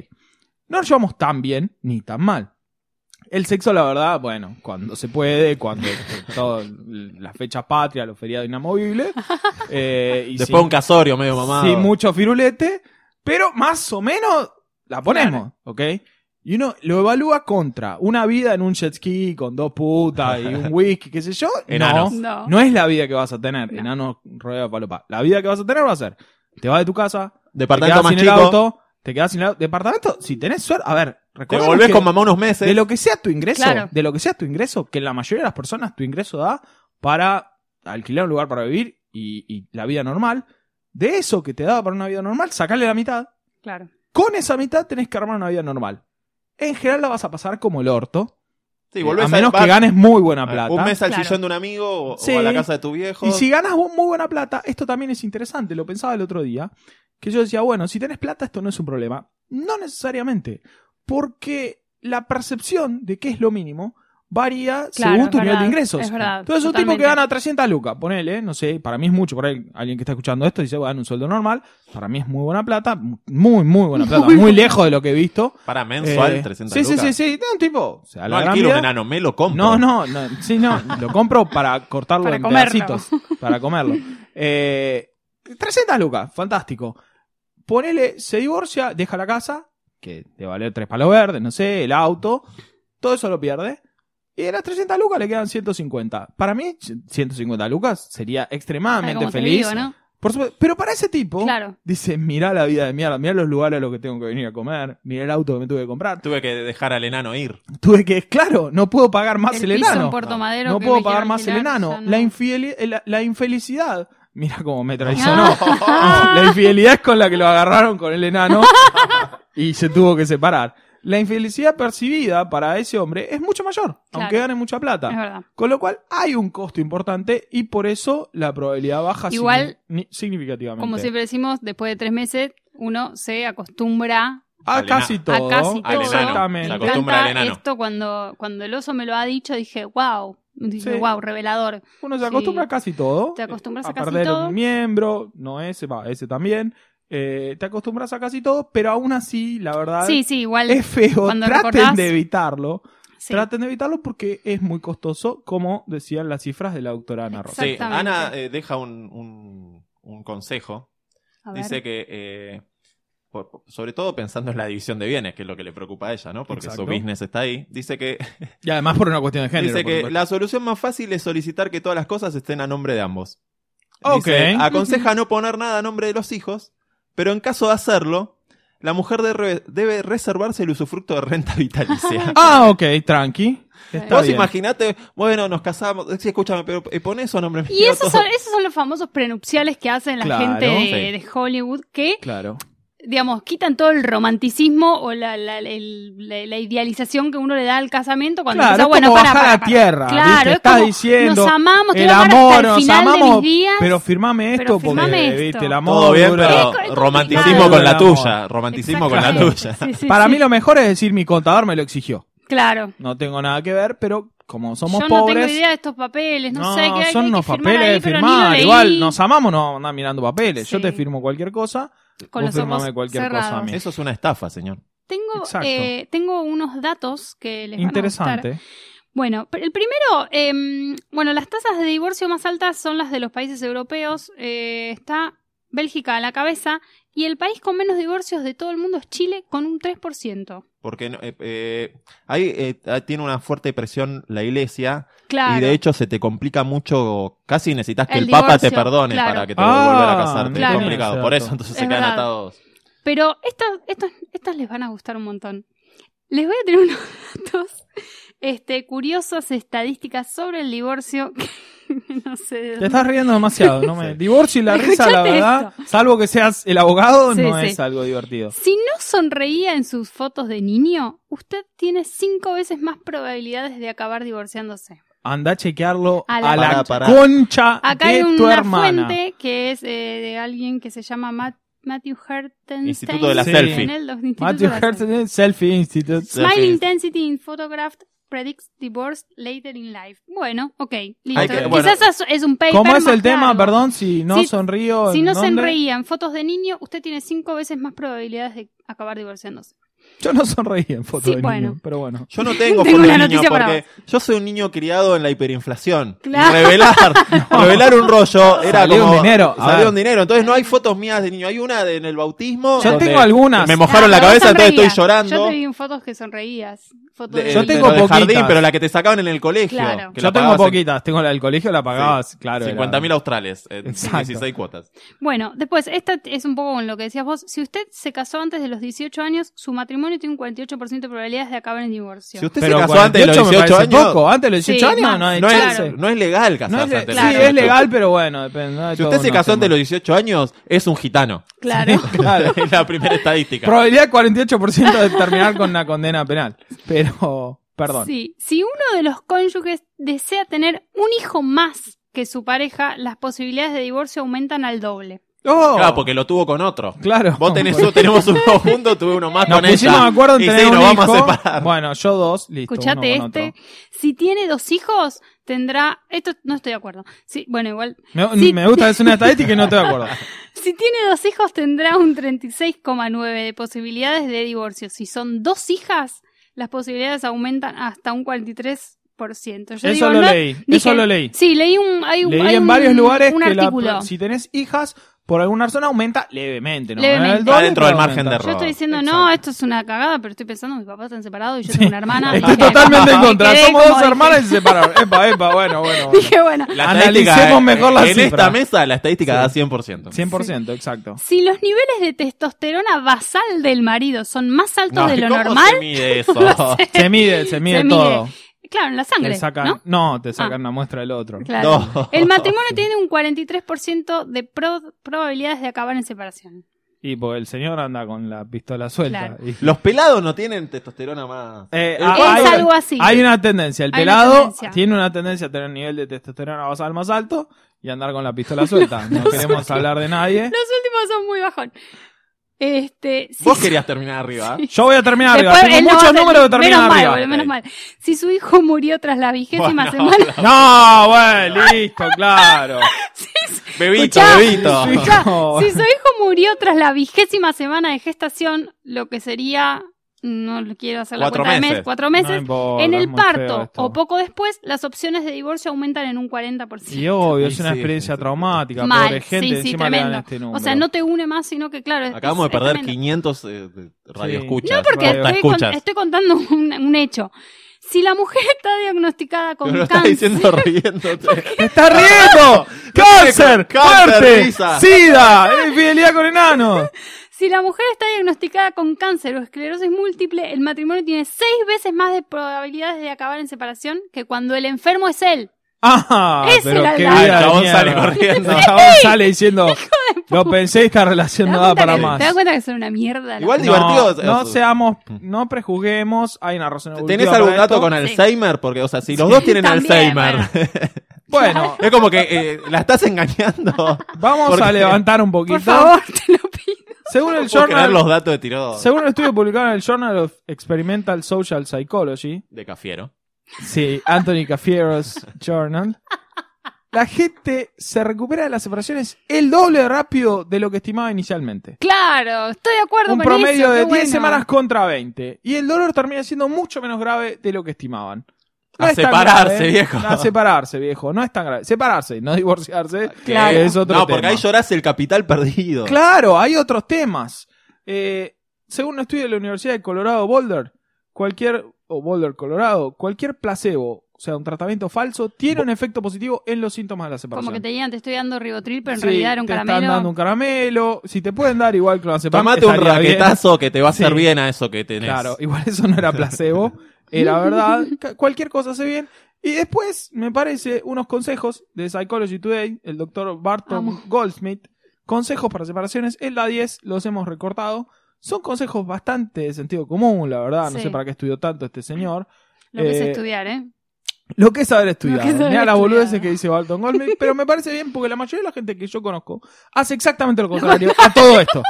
Speaker 2: No nos llevamos tan bien ni tan mal. El sexo, la verdad, bueno, cuando se puede, cuando todas las fechas patrias, los feriados inamovibles. eh, y
Speaker 1: Después
Speaker 2: sin-
Speaker 1: un casorio medio mamado.
Speaker 2: sin mucho firulete, pero más o menos la ponemos, ¿ok? Y uno lo evalúa contra una vida en un jet ski con dos putas y un whisky, qué sé yo.
Speaker 1: Enanos.
Speaker 3: No.
Speaker 2: No, no es la vida que vas a tener.
Speaker 3: No.
Speaker 2: Enano rodeo de palopa. La vida que vas a tener va a ser, te vas de tu casa, te
Speaker 1: Departamento
Speaker 2: quedas
Speaker 1: más
Speaker 2: sin
Speaker 1: chico.
Speaker 2: el auto, te quedas sin el au- departamento. Si tenés suerte, a ver,
Speaker 1: te
Speaker 2: recordemos
Speaker 1: volvés
Speaker 2: que
Speaker 1: con mamá unos meses.
Speaker 2: de lo que sea tu ingreso,
Speaker 3: Claro.
Speaker 2: de lo que sea tu ingreso, que la mayoría de las personas tu ingreso da para alquilar un lugar para vivir y, y la vida normal, de eso que te daba para una vida normal, sacarle la mitad.
Speaker 3: Claro.
Speaker 2: Con esa mitad tenés que armar una vida normal. En general la vas a pasar como el orto,
Speaker 1: Sí, volvés
Speaker 2: a menos
Speaker 1: vas
Speaker 2: que ganes muy buena plata.
Speaker 1: Un mes al
Speaker 3: Claro.
Speaker 1: sillón de un amigo o, o
Speaker 2: Sí.
Speaker 1: a la casa de tu viejo.
Speaker 2: Y si ganas vos muy buena plata, esto también es interesante, lo pensaba el otro día, que yo decía, bueno, si tenés plata esto no es un problema. No necesariamente, porque la percepción de qué es lo mínimo varía
Speaker 3: Claro,
Speaker 2: según
Speaker 3: es
Speaker 2: tu nivel
Speaker 3: verdad,
Speaker 2: de ingresos.
Speaker 3: es verdad,
Speaker 2: Entonces, un tipo que
Speaker 3: totalmente.
Speaker 2: gana 300 lucas, ponele, no sé, para mí es mucho, por ahí alguien que está escuchando esto dice, bueno, un sueldo normal, para mí es muy buena plata, muy, muy buena plata, muy lejos de lo que he visto.
Speaker 1: Para mensual,
Speaker 2: Eh,
Speaker 1: 300
Speaker 2: sí,
Speaker 1: lucas.
Speaker 2: sí, sí, sí, no, un tipo, o sea,
Speaker 1: No
Speaker 2: la gran
Speaker 1: alquilo un
Speaker 2: vida-
Speaker 1: enano, me lo compro.
Speaker 2: no, no, no, sí, no, lo compro para cortarlo
Speaker 3: Para
Speaker 2: en
Speaker 3: comerlo.
Speaker 2: pedacitos, para comerlo. Eh, 300 lucas, fantástico. Ponele, se divorcia, deja la casa, que te vale tres palos verdes, no sé, el auto, todo eso lo pierde. Y de las 300 lucas le quedan 150. Para mí, 150 lucas sería
Speaker 3: Sabe
Speaker 2: extremadamente
Speaker 3: cómo te
Speaker 2: feliz.
Speaker 3: digo, ¿no?
Speaker 2: Por supuesto, pero para ese tipo,
Speaker 3: Claro.
Speaker 2: dice, mirá la vida de mierda, mirá los lugares a los que tengo que venir a comer, mirá el auto que me tuve que comprar.
Speaker 1: Tuve que dejar al enano ir.
Speaker 2: Tuve que, claro, no puedo pagar más el,
Speaker 3: el piso
Speaker 2: enano.
Speaker 3: en Puerto Madero
Speaker 2: No
Speaker 3: que
Speaker 2: puedo
Speaker 3: me quiero
Speaker 2: pagar más el
Speaker 3: alquilar,
Speaker 2: enano.
Speaker 3: ya no.
Speaker 2: La, infideli- eh, la, la infelicidad. Mira cómo me traicionó.
Speaker 3: Ah.
Speaker 2: la infidelidad es con la que lo agarraron con el enano y se tuvo que separar. La infelicidad percibida para ese hombre es mucho mayor, aunque gane mucha
Speaker 3: Es
Speaker 2: plata.
Speaker 3: verdad.
Speaker 2: Con lo cual hay un costo importante y por eso la probabilidad baja signi-
Speaker 3: Igual,
Speaker 2: ni- significativamente.
Speaker 3: Como siempre decimos, después de tres meses uno se acostumbra
Speaker 2: a
Speaker 1: Al
Speaker 2: casi
Speaker 1: ena-
Speaker 2: todo.
Speaker 3: a casi
Speaker 1: Al
Speaker 3: todo.
Speaker 1: enano,
Speaker 2: Exactamente.
Speaker 1: se
Speaker 3: Me
Speaker 1: acostumbra
Speaker 3: encanta
Speaker 1: al enano.
Speaker 3: Esto cuando, cuando el oso me lo ha dicho, dije, wow. Dije,
Speaker 2: Sí.
Speaker 3: wow, revelador.
Speaker 2: Uno se
Speaker 3: Sí.
Speaker 2: acostumbra a casi todo.
Speaker 3: Te acostumbras a casi
Speaker 2: perder
Speaker 3: todo.
Speaker 2: un miembro, no ese, va, ese también. Eh, te acostumbras a casi todo, pero aún así, la verdad,
Speaker 3: Sí, sí, igual.
Speaker 2: es feo.
Speaker 3: Cuando
Speaker 2: Traten
Speaker 3: recordás-
Speaker 2: de evitarlo.
Speaker 3: sí.
Speaker 2: Traten de evitarlo porque es muy costoso, como decían las cifras de la doctora Ana Rosa.
Speaker 1: Sí,
Speaker 3: Exactamente.
Speaker 1: Ana eh, deja un, un- un consejo.
Speaker 3: A ver.
Speaker 1: Dice que, eh, por- por- sobre todo pensando en la división de bienes, que es lo que le preocupa a ella, ¿no? Porque
Speaker 2: Exacto.
Speaker 1: su business está ahí. Dice que,
Speaker 2: Y además por una cuestión de género.
Speaker 1: dice
Speaker 2: por
Speaker 1: que
Speaker 2: supuesto.
Speaker 1: la solución más fácil es solicitar que todas las cosas estén a nombre de ambos.
Speaker 2: Ok.
Speaker 1: Dice, aconseja no poner nada a nombre de los hijos, pero en caso de hacerlo, la mujer de re- debe reservarse el usufructo de renta vitalicia.
Speaker 2: Ah, ok, tranqui. Está
Speaker 1: Vos
Speaker 2: bien.
Speaker 1: imaginate, bueno, nos casamos, sí, escúchame, pero eh, pon eso a nombre
Speaker 3: Y
Speaker 1: mío, todo.
Speaker 3: esos son, esos son los famosos prenupciales que hacen la
Speaker 2: Claro.
Speaker 3: gente de,
Speaker 1: Sí.
Speaker 3: de Hollywood que,
Speaker 2: Claro.
Speaker 3: digamos, quitan todo el romanticismo o la, la, el- la- la idealización que uno le da al casamento cuando
Speaker 2: Claro,
Speaker 3: dice,
Speaker 2: es
Speaker 3: bueno,
Speaker 2: como
Speaker 3: para,
Speaker 2: bajar
Speaker 3: para,
Speaker 2: a
Speaker 3: para".
Speaker 2: tierra, ¿viste?
Speaker 3: Claro, es
Speaker 2: Estás
Speaker 3: como,
Speaker 2: diciendo,
Speaker 3: nos amamos, te
Speaker 2: el
Speaker 3: voy a amar hasta
Speaker 2: amor,
Speaker 3: el
Speaker 2: nos
Speaker 3: final de
Speaker 2: amamos,
Speaker 3: mis días.
Speaker 2: pero firmame esto
Speaker 3: pero
Speaker 2: porque,
Speaker 3: firmame
Speaker 2: viste,
Speaker 3: esto.
Speaker 2: el amor
Speaker 1: Todo bien,
Speaker 2: dura-
Speaker 3: Es
Speaker 1: pero
Speaker 3: co- es
Speaker 1: romanticismo
Speaker 3: complicado.
Speaker 1: con la
Speaker 2: El amor.
Speaker 1: tuya. Romanticismo con la
Speaker 3: Exactamente.
Speaker 1: tuya.
Speaker 3: Sí, sí,
Speaker 2: Para
Speaker 3: sí.
Speaker 2: mí lo mejor es decir, mi contador me lo exigió.
Speaker 3: Claro.
Speaker 2: No tengo nada que ver, pero como somos
Speaker 3: Yo no
Speaker 2: pobres...
Speaker 3: tengo idea de estos papeles, no, sé qué hay,
Speaker 2: son
Speaker 3: hay
Speaker 2: unos
Speaker 3: que firmar
Speaker 2: papeles
Speaker 3: ahí,
Speaker 2: de
Speaker 3: pero
Speaker 2: firmar.
Speaker 3: ni lo leí.
Speaker 2: Igual nos amamos, no andás mirando papeles. Yo
Speaker 3: Sí.
Speaker 2: te firmo cualquier cosa.
Speaker 3: con
Speaker 2: vos
Speaker 3: los
Speaker 2: firmame
Speaker 3: ojos
Speaker 2: cualquier cosa a
Speaker 3: cerrados.
Speaker 2: mí.
Speaker 1: Eso es una estafa, señor.
Speaker 3: Tengo,
Speaker 2: Exacto.
Speaker 3: eh, tengo unos datos que les van a gustar.
Speaker 2: Interesante.
Speaker 3: Bueno, pr- el primero, em, bueno, las tasas de divorcio más altas son las de los países europeos. eh, está Bélgica a la cabeza y el país con menos divorcios de todo el mundo es Chile con un 3%.
Speaker 1: Porque no- eh, eh, ahí eh, ah, tiene una fuerte presión la iglesia
Speaker 3: Claro.
Speaker 1: y de hecho se te complica mucho, casi necesitas que el,
Speaker 3: El
Speaker 1: Papa te
Speaker 3: divorcio,
Speaker 1: perdone
Speaker 3: claro.
Speaker 1: para que te
Speaker 2: Ah,
Speaker 1: vuelvan a casarte.
Speaker 3: claro.
Speaker 1: Es complicado, por eso entonces se
Speaker 3: Es
Speaker 1: quedan
Speaker 3: verdad.
Speaker 1: atados.
Speaker 3: Pero estas, estas, estas les van a gustar un montón. Les voy a tener unos datos, este, curiosas estadísticas sobre el divorcio. que no sé de
Speaker 2: Te
Speaker 3: dónde.
Speaker 2: estás riendo demasiado. No me... Divorcio y la risa, la
Speaker 3: ¿Escuchaste
Speaker 2: verdad, salvo que seas el abogado,
Speaker 3: Sí,
Speaker 2: no
Speaker 3: sí.
Speaker 2: es algo divertido.
Speaker 3: Si no sonreía en sus fotos de niño, usted tiene cinco veces más probabilidades de acabar divorciándose.
Speaker 2: Anda a chequearlo a
Speaker 3: A la-
Speaker 2: la,
Speaker 1: Pará, pará.
Speaker 2: concha
Speaker 3: Acá
Speaker 2: de
Speaker 3: hay
Speaker 2: tu
Speaker 3: una
Speaker 2: hermana.
Speaker 3: fuente que es eh, de alguien que se llama Matt- Matthew Hertenstein.
Speaker 1: Instituto de la
Speaker 3: Sí.
Speaker 1: Selfie.
Speaker 3: En el dos- Instituto
Speaker 2: Matthew
Speaker 3: de la Selfie.
Speaker 2: Hertz, eh, Selfie Institute.
Speaker 3: Smile intensity in photographed predicts divorce later in life. Bueno, ok, listo.
Speaker 1: Hay que- bueno.
Speaker 3: Quizás es- es un paper
Speaker 2: ¿Cómo es
Speaker 3: más
Speaker 2: el tema?
Speaker 3: largo.
Speaker 2: Perdón, si no
Speaker 3: Si-
Speaker 2: sonrío.
Speaker 3: Si
Speaker 2: ¿en
Speaker 3: no
Speaker 2: dónde?
Speaker 3: sonreía en fotos de niño, usted tiene cinco veces más probabilidades de acabar divorciándose.
Speaker 2: Yo no sonreía en foto
Speaker 3: Sí,
Speaker 2: de
Speaker 3: bueno.
Speaker 2: niño, pero bueno.
Speaker 1: Yo no tengo,
Speaker 3: Tengo
Speaker 1: foto de
Speaker 3: una
Speaker 1: niño
Speaker 3: noticia para
Speaker 1: porque yo soy un niño criado en la hiperinflación. Y
Speaker 3: Claro.
Speaker 1: Revelar, revelar un rollo era
Speaker 2: Salió
Speaker 1: como
Speaker 2: un dinero, a
Speaker 1: Salió
Speaker 2: ver.
Speaker 1: un dinero, entonces no hay fotos mías de niño, hay una de- en el bautismo.
Speaker 2: Yo
Speaker 1: donde
Speaker 2: tengo algunas.
Speaker 1: Me mojaron
Speaker 3: Ah,
Speaker 1: la
Speaker 3: pero vos
Speaker 1: cabeza, entonces estoy
Speaker 3: sonreías.
Speaker 1: llorando.
Speaker 3: Yo te vi en fotos que sonreías. Fotos
Speaker 1: De-
Speaker 3: de-
Speaker 2: Yo
Speaker 1: de-
Speaker 2: tengo
Speaker 1: de
Speaker 2: poquitas.
Speaker 1: jardín, pero la que te sacaban en el colegio.
Speaker 3: Claro.
Speaker 1: que
Speaker 2: Yo
Speaker 1: la
Speaker 2: tengo
Speaker 1: pagabas en-
Speaker 2: poquitas. Tengo la del colegio, la pagabas, claro. era-
Speaker 1: 50.000 australes, en
Speaker 2: Exacto.
Speaker 1: 16 cuotas.
Speaker 3: Bueno, después, esta es un poco con lo que decías vos. Si usted se casó antes de los 18 años, su matrimonio tiene un 48% de probabilidades de acabar en divorcio.
Speaker 1: Si usted
Speaker 2: Pero
Speaker 1: se casó antes de los
Speaker 2: 48 me
Speaker 1: 18
Speaker 2: parece
Speaker 1: años,
Speaker 2: poco. Antes de los 18
Speaker 3: Sí,
Speaker 2: años
Speaker 3: más.
Speaker 2: no hay
Speaker 1: no,
Speaker 2: chance.
Speaker 1: es, no es legal casarse
Speaker 2: No es-
Speaker 1: antes de
Speaker 3: claro.
Speaker 1: los
Speaker 2: Sí,
Speaker 1: 18.
Speaker 2: es legal, pero bueno, depende. ¿no?
Speaker 1: Si
Speaker 2: Todo
Speaker 1: usted se
Speaker 2: un
Speaker 1: casó antes de
Speaker 2: tema.
Speaker 1: los 18 años, es un gitano.
Speaker 3: Claro.
Speaker 1: Claro, es la primera estadística.
Speaker 2: Probabilidad 48% de terminar con una condena penal. Pero, perdón.
Speaker 3: Sí. Si uno de los cónyuges desea tener un hijo más que su pareja, las posibilidades de divorcio aumentan al doble.
Speaker 2: ¡Oh!
Speaker 1: Claro, porque lo tuvo con otro.
Speaker 2: Claro.
Speaker 1: Vos tenés, tenemos uno juntos, tuve uno más
Speaker 2: Nos
Speaker 1: con ella.
Speaker 2: pusimos de acuerdo en
Speaker 1: y
Speaker 2: tener
Speaker 1: sí,
Speaker 2: un
Speaker 1: nos vamos
Speaker 2: hijo.
Speaker 1: a separar.
Speaker 2: Bueno, yo dos, listo.
Speaker 3: Escuchate
Speaker 2: uno con
Speaker 3: este.
Speaker 2: otro.
Speaker 3: Si tiene dos hijos, tendrá. Esto no estoy de acuerdo. Sí, bueno, igual.
Speaker 2: Me,
Speaker 3: Sí.
Speaker 2: me gusta, es una estadística y no estoy de acuerdo.
Speaker 3: Si tiene dos hijos, tendrá un 36,9 de posibilidades de divorcio. Si son dos hijas, las posibilidades aumentan hasta un 43%. Yo
Speaker 2: Eso
Speaker 3: digo,
Speaker 2: lo
Speaker 3: no-
Speaker 2: leí,
Speaker 3: dije-
Speaker 2: eso lo leí.
Speaker 3: Sí, leí un. Hay, un-
Speaker 2: Leí
Speaker 3: hay
Speaker 2: en
Speaker 3: un-
Speaker 2: varios lugares
Speaker 3: un
Speaker 2: que la-
Speaker 3: artículo.
Speaker 2: si tenés hijas, por alguna razón aumenta levemente. ¿no?
Speaker 3: Levemente.
Speaker 2: El doble,
Speaker 1: Está dentro
Speaker 2: pero
Speaker 1: del margen
Speaker 2: aumenta.
Speaker 1: de
Speaker 3: Yo estoy diciendo, no, esto es una cagada, pero estoy pensando, mis papás están separados y yo tengo una hermana.
Speaker 2: Estoy
Speaker 3: y que-
Speaker 2: totalmente en
Speaker 3: me
Speaker 2: contra.
Speaker 3: quedé
Speaker 2: Somos
Speaker 3: como
Speaker 2: dos
Speaker 3: dije.
Speaker 2: hermanas y se separaron. Epa, epa, bueno, bueno. bueno.
Speaker 3: Dije, bueno.
Speaker 1: La
Speaker 2: Analicemos
Speaker 1: estadística, eh,
Speaker 2: mejor la
Speaker 1: En
Speaker 2: cifra.
Speaker 1: esta mesa la estadística
Speaker 2: Sí.
Speaker 1: da 100%.
Speaker 2: 100%, exacto.
Speaker 3: Si los niveles de testosterona basal del marido son más altos
Speaker 1: No,
Speaker 3: de lo
Speaker 1: ¿cómo
Speaker 3: normal,
Speaker 1: se mide eso?
Speaker 3: No sé.
Speaker 2: Se mide, se mide
Speaker 3: Se mide.
Speaker 2: todo.
Speaker 3: claro, en la
Speaker 2: Te
Speaker 3: sangre,
Speaker 2: sacan,
Speaker 3: ¿no? Ah.
Speaker 2: te sacan una muestra del otro.
Speaker 3: Claro.
Speaker 1: No.
Speaker 3: El matrimonio tiene un 43% de pro- probabilidades de acabar en separación.
Speaker 2: Y porque el señor anda con la pistola suelta. Y-
Speaker 1: Los pelados no tienen testosterona más.
Speaker 2: Eh,
Speaker 1: El
Speaker 2: ah,
Speaker 1: cuerpo-
Speaker 3: Es algo así.
Speaker 2: Hay una tendencia. El
Speaker 3: Hay una
Speaker 2: pelado
Speaker 3: tendencia.
Speaker 2: tiene una tendencia a tener un nivel de testosterona basal más alto y andar con la pistola suelta. No, queremos hablar de nadie.
Speaker 3: Los últimos son muy bajón. Este, si
Speaker 1: Vos
Speaker 3: su-
Speaker 1: querías terminar arriba. ¿eh?
Speaker 2: Yo voy a terminar
Speaker 3: después
Speaker 2: arriba. Tengo
Speaker 3: él no va a
Speaker 2: muchos
Speaker 3: ser-
Speaker 2: números de terminar
Speaker 3: menos
Speaker 2: arriba. eh.
Speaker 3: Mal, boludo, menos
Speaker 1: Ok.
Speaker 3: mal. Si su hijo murió tras la
Speaker 1: Bueno,
Speaker 3: vigésima semana,
Speaker 2: No, bueno, listo, claro.
Speaker 1: Bebito,
Speaker 3: Escuchá.
Speaker 1: bebito.
Speaker 2: Sí.
Speaker 3: escuchá,
Speaker 2: No.
Speaker 3: si su hijo murió tras la vigésima semana de gestación, lo que sería, no lo quiero hacer la
Speaker 1: Cuatro
Speaker 3: cuenta de mes,
Speaker 1: meses.
Speaker 3: cuatro meses,
Speaker 2: No importa,
Speaker 3: en
Speaker 2: es
Speaker 3: el
Speaker 2: muy feo
Speaker 3: parto
Speaker 2: esto.
Speaker 3: o poco después, las opciones de divorcio aumentan en un 40%.
Speaker 2: Y obvio, es
Speaker 1: Sí,
Speaker 2: una
Speaker 1: sí,
Speaker 2: experiencia
Speaker 1: sí, sí.
Speaker 2: traumática,
Speaker 3: Mal,
Speaker 2: pobre gente,
Speaker 3: sí, sí,
Speaker 2: encima le dan
Speaker 3: tremendo.
Speaker 2: este número.
Speaker 3: O sea, no te une más, sino que, claro. es-
Speaker 1: Acabamos de
Speaker 3: es
Speaker 1: perder
Speaker 3: tremendo.
Speaker 1: 500 eh, radioescuchas.
Speaker 2: No,
Speaker 3: Porque
Speaker 2: Radio.
Speaker 3: estoy, con-
Speaker 1: escuchas.
Speaker 3: estoy contando un, un hecho. Si la mujer está diagnosticada con
Speaker 1: Pero lo estás
Speaker 3: cáncer,
Speaker 1: diciendo riéndote.
Speaker 2: ¡Te estás riendo! ¡Cáncer!
Speaker 1: Cáncer,
Speaker 2: ¡Muerte!
Speaker 1: risa.
Speaker 2: ¡Sida! ¡Infidelidad con enanos!
Speaker 3: si la mujer está diagnosticada con cáncer o esclerosis múltiple, el matrimonio tiene seis veces más de probabilidades de acabar en separación que cuando el enfermo es él.
Speaker 2: ¡Ah!
Speaker 3: Ese
Speaker 2: pero
Speaker 3: era
Speaker 2: qué
Speaker 3: el
Speaker 1: Ah, el
Speaker 2: vida de
Speaker 1: chabón
Speaker 2: mierda.
Speaker 1: sale corriendo.
Speaker 2: El chabón sale diciendo, lo pensé y esta
Speaker 3: ¿Te
Speaker 2: relación
Speaker 3: das
Speaker 2: no da
Speaker 3: cuenta
Speaker 2: para
Speaker 3: que-
Speaker 2: más.
Speaker 3: te das cuenta que son una mierda?
Speaker 1: Igual
Speaker 2: No,
Speaker 1: divertido es-
Speaker 2: No,
Speaker 1: es-
Speaker 2: seamos, no prejuzguemos, hay una razón evolutiva
Speaker 1: ¿Tenés
Speaker 2: para
Speaker 1: algún dato
Speaker 2: esto.
Speaker 1: con
Speaker 3: Sí.
Speaker 1: Alzheimer? Porque, o sea, si los dos tienen
Speaker 3: También,
Speaker 1: Alzheimer,
Speaker 2: Bueno,
Speaker 1: es como que eh, la estás engañando.
Speaker 2: vamos
Speaker 1: Porque-
Speaker 2: a levantar un
Speaker 3: Por
Speaker 2: poquito.
Speaker 3: favor, te lo pido.
Speaker 2: Según el
Speaker 1: No puedo creer
Speaker 2: journal,
Speaker 1: los datos de tirado
Speaker 2: según el estudio publicado en el Journal of Experimental Social Psychology,
Speaker 1: de Cafiero.
Speaker 2: Sí, Anthony Cafieros Journal. La gente se recupera de las separaciones el doble de rápido de lo que estimaba inicialmente.
Speaker 3: Claro, estoy de acuerdo
Speaker 2: Un
Speaker 3: con
Speaker 2: promedio
Speaker 3: eso,
Speaker 2: de
Speaker 3: qué
Speaker 2: 10
Speaker 3: bueno.
Speaker 2: semanas contra 20. Y el dolor termina siendo mucho menos grave de lo que estimaban.
Speaker 1: A
Speaker 2: es tan
Speaker 1: separarse, viejo.
Speaker 2: A separarse, viejo. No es tan grave. Separarse, no divorciarse.
Speaker 3: Claro.
Speaker 2: que es otro
Speaker 1: no, porque
Speaker 2: tema.
Speaker 1: ahí llorás el capital perdido.
Speaker 2: Claro, hay otros temas. Eh, según un estudio de la Universidad de Colorado Boulder, cualquier o Boulder Colorado, cualquier placebo, o sea, un tratamiento falso, tiene un efecto positivo en los síntomas de la separación.
Speaker 3: Como que te digan, te estoy dando ribotril, pero en
Speaker 2: Sí,
Speaker 3: realidad era un
Speaker 2: te
Speaker 3: caramelo.
Speaker 2: están dando un caramelo. Si te pueden dar igual que lo hace
Speaker 1: Tomate un raquetazo que te va a hacer
Speaker 2: Sí.
Speaker 1: bien a eso que tenés.
Speaker 2: Claro, igual eso no era placebo, era verdad. Ca- Cualquier cosa hace bien. Y después, me parece, unos consejos de Psychology Today, el doctor Barton
Speaker 3: Amo.
Speaker 2: Goldsmith. Consejos para separaciones, en la 10 los hemos recortado. Son consejos bastante de sentido común, la verdad. No
Speaker 3: Sí.
Speaker 2: sé para qué estudió tanto este señor.
Speaker 3: Lo que es
Speaker 2: Eh,
Speaker 3: estudiar, ¿eh?
Speaker 2: Lo que es saber estudiar.
Speaker 3: Lo que es saber
Speaker 2: Mirá la
Speaker 3: estudiar.
Speaker 2: boludez que dice Barton Goldsmith, pero me parece bien porque la mayoría de la gente que yo conozco hace exactamente lo contrario a todo esto. O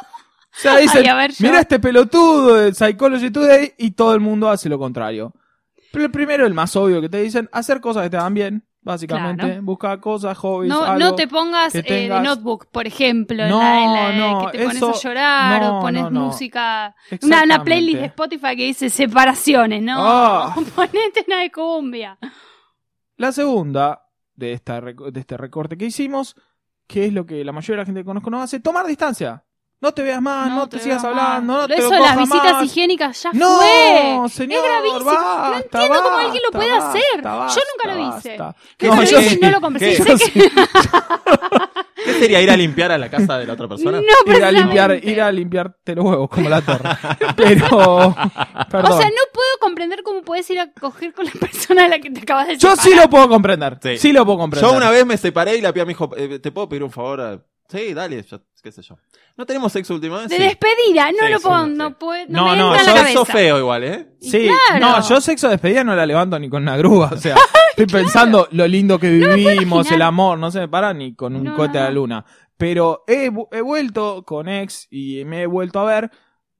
Speaker 2: sea, dicen,
Speaker 3: Ay, a ver, yo-
Speaker 2: mira este pelotudo de Psychology Today y todo el mundo hace lo contrario. Pero el primero, el más obvio que te dicen, hacer cosas que te dan bien, básicamente.
Speaker 3: Claro.
Speaker 2: Buscar cosas, hobbies,
Speaker 3: No,
Speaker 2: algo.
Speaker 3: no te pongas
Speaker 2: que
Speaker 3: eh, de
Speaker 2: tengas-
Speaker 3: notebook, por ejemplo, en
Speaker 2: No,
Speaker 3: la- en la- eh,
Speaker 2: no,
Speaker 3: que te pones
Speaker 2: eso-
Speaker 3: a llorar
Speaker 2: no,
Speaker 3: o pones
Speaker 2: no, no.
Speaker 3: música. Una, una
Speaker 2: Exactamente.
Speaker 3: playlist de Spotify que dice separaciones, ¿no?
Speaker 2: Ah.
Speaker 3: Ponete una de cumbia.
Speaker 2: La segunda de, esta, reco- de este recorte que hicimos, que es lo que la mayoría de la gente que conozco no hace, tomar distancia. No te veas más, Ah, no, te, sigas
Speaker 3: veas
Speaker 2: hablando,
Speaker 3: más.
Speaker 2: no te
Speaker 3: Eso,
Speaker 2: cojas
Speaker 3: las visitas
Speaker 2: más.
Speaker 3: higiénicas ya
Speaker 2: No,
Speaker 3: fue.
Speaker 2: señor,
Speaker 3: es gravísimo. no
Speaker 2: basta,
Speaker 3: entiendo cómo alguien lo
Speaker 2: basta,
Speaker 3: puede
Speaker 2: basta,
Speaker 3: hacer.
Speaker 2: basta,
Speaker 3: yo nunca lo hice.
Speaker 2: basta.
Speaker 1: ¿Qué
Speaker 3: Nunca
Speaker 2: No,
Speaker 3: lo
Speaker 1: yo
Speaker 3: hice,
Speaker 1: sí.
Speaker 3: no lo compré.
Speaker 1: ¿Qué?
Speaker 3: Sí,
Speaker 2: Yo
Speaker 3: sé que-
Speaker 1: ¿Qué sería ir a limpiar a la casa de la otra persona?
Speaker 3: No,
Speaker 2: Ir a limpiar,
Speaker 3: precisamente.
Speaker 2: ir a limpiarte los huevos como la torre. Pero, perdón.
Speaker 3: O sea, no puedo comprender cómo puedes ir a coger con la persona a la que te acabas de
Speaker 2: Yo
Speaker 3: separar.
Speaker 2: sí lo puedo comprender. Sí.
Speaker 1: Sí.
Speaker 2: lo puedo comprender.
Speaker 1: Yo una vez me separé y la pía me dijo, eh, ¿te puedo pedir un favor? a- Sí, dale, ya- qué sé yo. ¿No tenemos sexo última vez?
Speaker 3: De
Speaker 1: Sí.
Speaker 3: despedida, no
Speaker 1: Sí,
Speaker 3: lo
Speaker 1: sí,
Speaker 3: puedo,
Speaker 1: sí.
Speaker 3: no puede,
Speaker 2: No,
Speaker 3: no, me
Speaker 2: no,
Speaker 3: entra en
Speaker 1: Yo
Speaker 3: la
Speaker 1: eso
Speaker 3: cabeza.
Speaker 1: feo igual, ¿eh?
Speaker 3: Y
Speaker 2: Sí,
Speaker 3: claro.
Speaker 2: no, yo sexo de despedida no la levanto ni con una grúa, o sea, Estoy pensando lo lindo que
Speaker 3: me puedo
Speaker 2: vivimos,
Speaker 3: imaginar.
Speaker 2: el amor, no se me para ni con un
Speaker 3: No,
Speaker 2: cohete
Speaker 3: no,
Speaker 2: a la
Speaker 3: no.
Speaker 2: luna. Pero he, vu- he vuelto con ex y me he vuelto a ver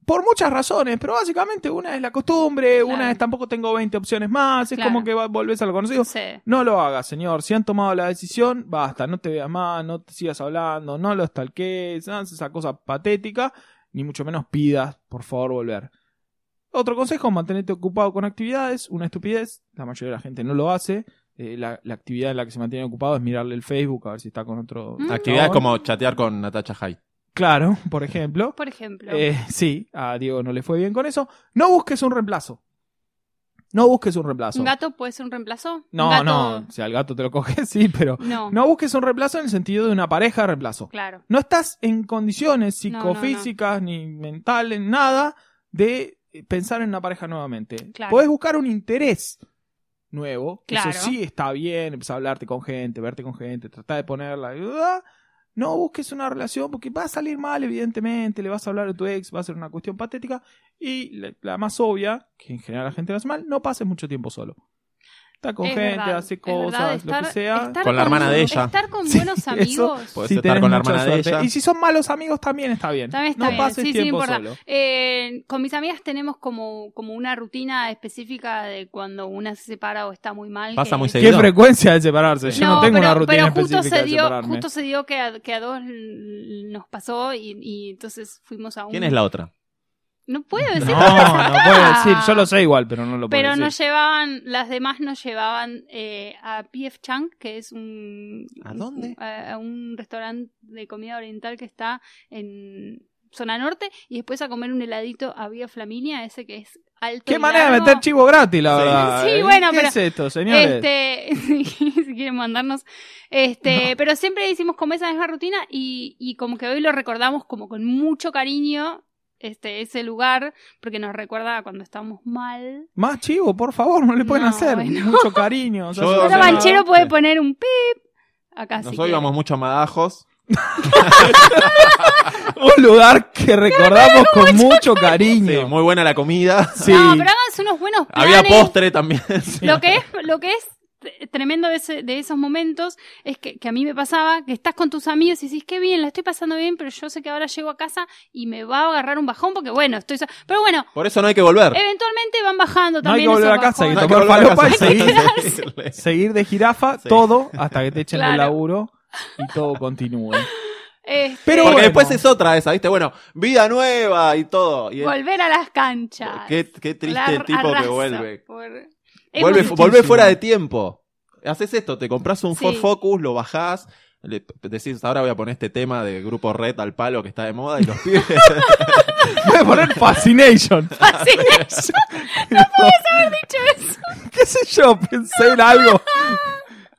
Speaker 2: por muchas razones, pero básicamente una es la costumbre, una
Speaker 3: Claro.
Speaker 2: es tampoco tengo 20 opciones más, es
Speaker 3: Claro.
Speaker 2: como que va- volvés a lo conocido.
Speaker 3: Sí.
Speaker 2: No lo hagas, señor. Si han tomado la decisión, basta, no te veas más, no te sigas hablando, no lo stalkees, no hagas esa cosa patética, ni mucho menos pidas, por favor, volver. Otro consejo, mantenerte ocupado con actividades, una estupidez, la mayoría de la gente no lo hace. eh, la, la actividad en la que se mantiene ocupado es mirarle el Facebook a ver si está con otro.
Speaker 3: Mm.
Speaker 1: Actividades
Speaker 2: chabón.
Speaker 1: como chatear con Natacha Haidt.
Speaker 2: Claro, por ejemplo.
Speaker 3: Por ejemplo.
Speaker 2: Eh, sí, a Diego no le fue bien con eso. No busques un reemplazo. No busques un reemplazo.
Speaker 3: ¿Un gato puede ser un reemplazo?
Speaker 2: no,
Speaker 3: ¿Un gato?
Speaker 2: no. Si al gato te lo coges, sí, pero
Speaker 3: No,
Speaker 2: no busques un reemplazo en el sentido de una pareja de reemplazo.
Speaker 3: claro.
Speaker 2: No estás en condiciones
Speaker 3: No, no, no.
Speaker 2: psicofísicas ni mentales, nada, de eh, pensar en una pareja nuevamente.
Speaker 3: Claro.
Speaker 2: Podés buscar un interés nuevo. que
Speaker 3: Claro.
Speaker 2: Eso sí está bien, empezar a hablarte con gente, verte con gente, tratar de ponerla. ayuda. No busques una relación porque va a salir mal, evidentemente. Le vas a hablar a tu ex, va a ser una cuestión patética. Y la, la más obvia, que en general la gente lo hace mal, no pases mucho tiempo solo. Está con
Speaker 3: Es
Speaker 2: gente,
Speaker 3: verdad,
Speaker 2: hace
Speaker 3: es verdad,
Speaker 2: cosas, lo
Speaker 3: estar-
Speaker 2: que sea.
Speaker 3: estar
Speaker 1: Con la hermana de ella.
Speaker 3: Estar con
Speaker 2: Sí,
Speaker 3: buenos
Speaker 2: eso.
Speaker 3: amigos.
Speaker 1: Podés
Speaker 2: Si
Speaker 1: estar
Speaker 2: tenés
Speaker 1: con la
Speaker 2: mucha
Speaker 1: hermana de
Speaker 2: suerte.
Speaker 1: ella.
Speaker 2: Y si son malos amigos, también está bien.
Speaker 3: También está
Speaker 2: no
Speaker 3: bien.
Speaker 2: pases
Speaker 3: Sí, sí, no
Speaker 2: tiempo
Speaker 3: importa.
Speaker 2: solo.
Speaker 3: Eh, con mis amigas tenemos como, como una rutina específica de cuando una se separa o está muy mal.
Speaker 1: Pasa
Speaker 3: que-
Speaker 1: muy
Speaker 2: Qué
Speaker 1: seguido.
Speaker 2: frecuencia de separarse. Yo no,
Speaker 3: No,
Speaker 2: tengo
Speaker 3: pero,
Speaker 2: una rutina
Speaker 3: pero justo
Speaker 2: específica
Speaker 3: se
Speaker 2: de
Speaker 3: dio,
Speaker 2: separarme.
Speaker 3: justo se dio que a, que a dos l- nos pasó y, y entonces fuimos a un.
Speaker 1: ¿Quién es la otra?
Speaker 3: No puedo
Speaker 2: No,
Speaker 3: decir.
Speaker 2: no puedo decir. Yo lo sé igual, pero no lo puedo
Speaker 3: Pero
Speaker 2: decir.
Speaker 3: nos llevaban, las demás nos llevaban eh, a PF Chang, que es un.
Speaker 1: ¿A dónde?
Speaker 3: A, a un restaurante de comida oriental que está en zona norte, y después a comer un heladito a Vía Flaminia, ese que es alto.
Speaker 2: Qué
Speaker 3: y
Speaker 2: manera de
Speaker 3: largo.
Speaker 2: meter chivo gratis, la
Speaker 1: Sí.
Speaker 2: verdad. ¿Eh?
Speaker 3: Sí, bueno,
Speaker 2: ¿Qué
Speaker 3: pero-
Speaker 2: es esto, señores?
Speaker 3: Este, si quieren mandarnos. Este, pero siempre hicimos como esa misma rutina y, y como que hoy lo recordamos como con mucho cariño, este, ese lugar, porque nos recuerda a cuando estábamos mal.
Speaker 2: Más chivo, por favor, no le pueden
Speaker 3: No,
Speaker 2: hacer.
Speaker 3: bueno.
Speaker 2: Mucho cariño. o sea,
Speaker 1: Yo-
Speaker 2: si
Speaker 1: Pero
Speaker 2: no
Speaker 3: Ahora
Speaker 2: se-
Speaker 3: Banchero
Speaker 1: no,
Speaker 3: puede
Speaker 1: sí.
Speaker 3: poner un pip acá. si
Speaker 1: Nosotros
Speaker 3: quiere.
Speaker 1: íbamos mucho a Madajos.
Speaker 2: Un lugar que recordamos con mucho
Speaker 1: Sí,
Speaker 2: cariño.
Speaker 1: muy buena la comida.
Speaker 2: Sí.
Speaker 3: No, pero háganse unos buenos planes.
Speaker 1: Había postre también. Sí.
Speaker 3: Lo que es, lo que es t- tremendo de, ese- de esos momentos es que, que a mí me pasaba que estás con tus amigos y dices, qué bien, la estoy pasando bien, pero yo sé que ahora llego a casa y me va a agarrar un bajón porque, bueno, estoy... so- Pero bueno,
Speaker 1: Por eso no hay que volver.
Speaker 3: Eh, eventualmente van bajando
Speaker 2: No hay
Speaker 3: también
Speaker 2: que volver
Speaker 3: esos
Speaker 2: a casa,
Speaker 1: No
Speaker 3: bajones.
Speaker 1: hay
Speaker 2: tomar
Speaker 1: volver a
Speaker 2: falopa y
Speaker 1: casa.
Speaker 3: seguir.
Speaker 2: Seguir de jirafa
Speaker 1: Sí.
Speaker 2: todo hasta que te echen el
Speaker 3: Claro.
Speaker 2: laburo y todo continúe.
Speaker 3: Este,
Speaker 2: Pero
Speaker 1: Porque
Speaker 2: bueno.
Speaker 1: después es otra esa, ¿viste? Bueno, vida nueva y todo. Y el-
Speaker 3: volver a las canchas.
Speaker 1: qué, qué triste
Speaker 3: La
Speaker 1: tipo que
Speaker 3: arrasa
Speaker 1: vuelve.
Speaker 3: por-
Speaker 1: Vuelve,
Speaker 3: Hemos-
Speaker 1: vuelve fuera de tiempo. Haces esto, te compras un
Speaker 3: Sí.
Speaker 1: Ford Focus, lo bajás, le decís, ahora voy a poner este tema de grupo Red al palo que está de moda y los pibes.
Speaker 2: Voy a poner Fascination.
Speaker 3: Así es. Dicho eso,
Speaker 2: ¿Qué sé yo? Pensé en algo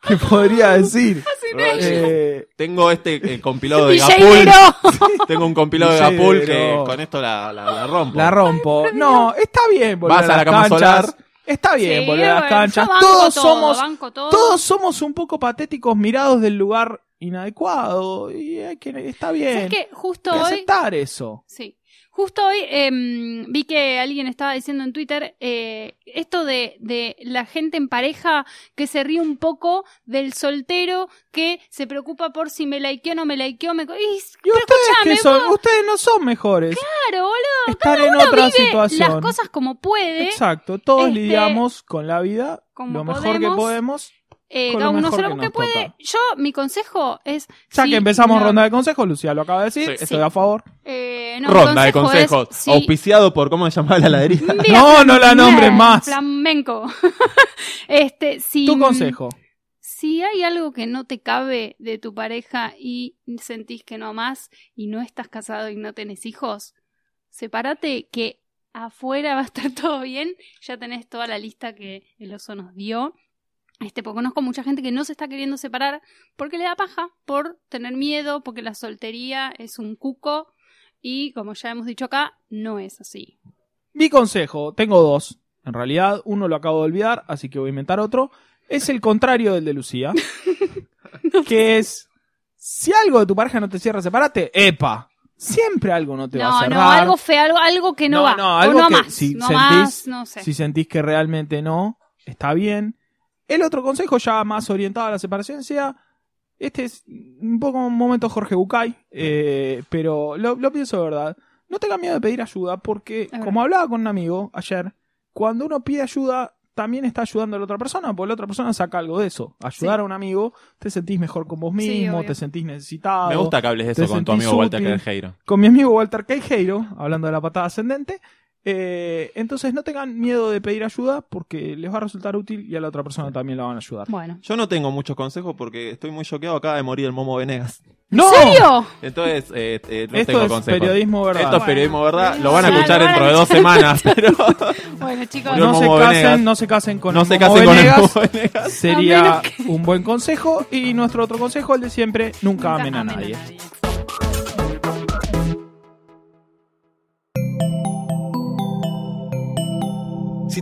Speaker 2: que podría decir.
Speaker 3: así no es.
Speaker 2: Eh,
Speaker 1: Tengo este eh, compilado de
Speaker 3: DJ
Speaker 1: Gapul.
Speaker 3: Nero.
Speaker 1: Tengo un compilado de
Speaker 2: DJ
Speaker 1: Gapul que
Speaker 2: Nero.
Speaker 1: con esto la, la, la rompo.
Speaker 2: la rompo. No, está bien volver
Speaker 1: Vas
Speaker 2: a
Speaker 1: a
Speaker 2: las
Speaker 1: la cama
Speaker 2: canchas.
Speaker 1: solar.
Speaker 2: Está bien
Speaker 3: Sí,
Speaker 2: volver a las
Speaker 3: bueno,
Speaker 2: canchas.
Speaker 3: yo banco
Speaker 2: Todos
Speaker 3: todo,
Speaker 2: somos,
Speaker 3: banco todo.
Speaker 2: todos somos un poco patéticos mirados del lugar inadecuado. Y hay que- está bien.
Speaker 3: ¿Sabes que justo
Speaker 2: Hay que
Speaker 3: hoy
Speaker 2: aceptar eso.
Speaker 3: Sí. Justo hoy em, vi que alguien estaba diciendo en Twitter eh, esto de, de la gente en pareja que se ríe un poco del soltero que se preocupa por si me likeó o no me likeó. Me... co- Y,
Speaker 2: Y
Speaker 3: pero
Speaker 2: ustedes
Speaker 3: escúchame,
Speaker 2: que son,
Speaker 3: vos,
Speaker 2: ustedes no son mejores.
Speaker 3: claro, boludo,
Speaker 2: Están en otra
Speaker 3: vive
Speaker 2: situación.
Speaker 3: las cosas como puede.
Speaker 2: Exacto, todos
Speaker 3: Este,
Speaker 2: lidiamos con la vida
Speaker 3: como
Speaker 2: lo mejor que
Speaker 3: podemos.
Speaker 2: podemos.
Speaker 3: Eh,
Speaker 2: con lo
Speaker 3: cada uno
Speaker 2: mejor
Speaker 3: solo
Speaker 2: que
Speaker 3: que
Speaker 2: nos
Speaker 3: puede.
Speaker 2: toca.
Speaker 3: Yo, mi consejo es...
Speaker 2: Ya
Speaker 3: sí,
Speaker 2: que empezamos
Speaker 3: no,
Speaker 2: ronda de consejos, Lucía lo acaba de decir,
Speaker 1: Sí.
Speaker 2: estoy
Speaker 3: Sí.
Speaker 2: a favor.
Speaker 3: eh, no, mi
Speaker 1: Ronda de
Speaker 3: consejo es,
Speaker 1: consejos.
Speaker 3: sí,
Speaker 1: Auspiciado por, ¿cómo se llamaba la heladería?
Speaker 3: Mira,
Speaker 2: No, no la nombres
Speaker 3: mira,
Speaker 2: más.
Speaker 3: Flamenco. este, si,
Speaker 2: Tu consejo.
Speaker 3: Si hay algo que no te cabe de tu pareja y sentís que no amás y no estás casado y no tenés hijos, sepárate que afuera va a estar todo bien. Ya tenés toda la lista que el oso nos dio. Este, porque conozco mucha gente que no se está queriendo separar porque le da paja, por tener miedo, porque la soltería es un cuco y como ya hemos dicho acá, no es así.
Speaker 2: Mi consejo, tengo dos. En realidad, uno lo acabo de olvidar, así que voy a inventar otro. Es el contrario del de Lucía. que es, si algo de tu pareja no te cierra, sepárate. Epa, siempre algo no te va
Speaker 3: No,
Speaker 2: a cerrar.
Speaker 3: no, algo feo, algo, algo que no,
Speaker 2: No,
Speaker 3: va.
Speaker 2: no, algo
Speaker 3: o no
Speaker 2: que
Speaker 3: amás,
Speaker 2: si
Speaker 3: no
Speaker 2: sentís-
Speaker 3: amás, no sé.
Speaker 2: Si sentís que realmente no, está bien. El otro consejo, ya más orientado a la separación, sea. Este es un poco un momento Jorge Bucay, eh, pero lo, lo pienso de verdad. No tenga miedo de pedir ayuda porque,
Speaker 3: verdad.
Speaker 2: como hablaba con un amigo ayer, cuando uno pide ayuda, también está ayudando a la otra persona, porque la otra persona saca algo de eso. Ayudar
Speaker 3: Sí.
Speaker 2: a un amigo, te sentís mejor con vos
Speaker 3: Sí,
Speaker 2: mismo,
Speaker 3: obvio.
Speaker 2: te sentís necesitado.
Speaker 1: Me gusta que hables de
Speaker 2: te
Speaker 1: eso con tu
Speaker 2: sentís
Speaker 1: amigo Walter
Speaker 2: útil.
Speaker 1: Quejeiro.
Speaker 2: Con mi amigo Walter Queijeiro, hablando de la patada ascendente. Eh, entonces no tengan miedo de pedir ayuda porque les va a resultar útil y a la otra persona también la van a ayudar.
Speaker 3: Bueno.
Speaker 1: Yo no tengo muchos consejos porque estoy muy choqueado. Acaba de morir el Momo Venegas.
Speaker 2: ¡No!
Speaker 3: ¿En serio?
Speaker 1: Entonces, eh, eh, no
Speaker 2: Esto
Speaker 1: tengo
Speaker 2: es
Speaker 1: consejos.
Speaker 2: periodismo verdad.
Speaker 1: Esto es periodismo, ¿verdad? Lo van a
Speaker 3: Claro,
Speaker 1: escuchar
Speaker 3: lo van
Speaker 1: dentro
Speaker 3: a
Speaker 1: de dos semanas, pero
Speaker 3: Bueno, chicos.
Speaker 1: Murió
Speaker 2: no se
Speaker 1: Momo
Speaker 2: casen,
Speaker 1: Venegas.
Speaker 2: no se casen con
Speaker 1: no
Speaker 2: el
Speaker 1: se
Speaker 2: Momo
Speaker 1: case con el
Speaker 2: Venegas.
Speaker 1: Momo Venegas.
Speaker 3: A
Speaker 2: Sería
Speaker 3: menos que-
Speaker 2: un buen consejo. Y nuestro otro consejo, el de siempre, nunca, amen a nadie.
Speaker 5: Si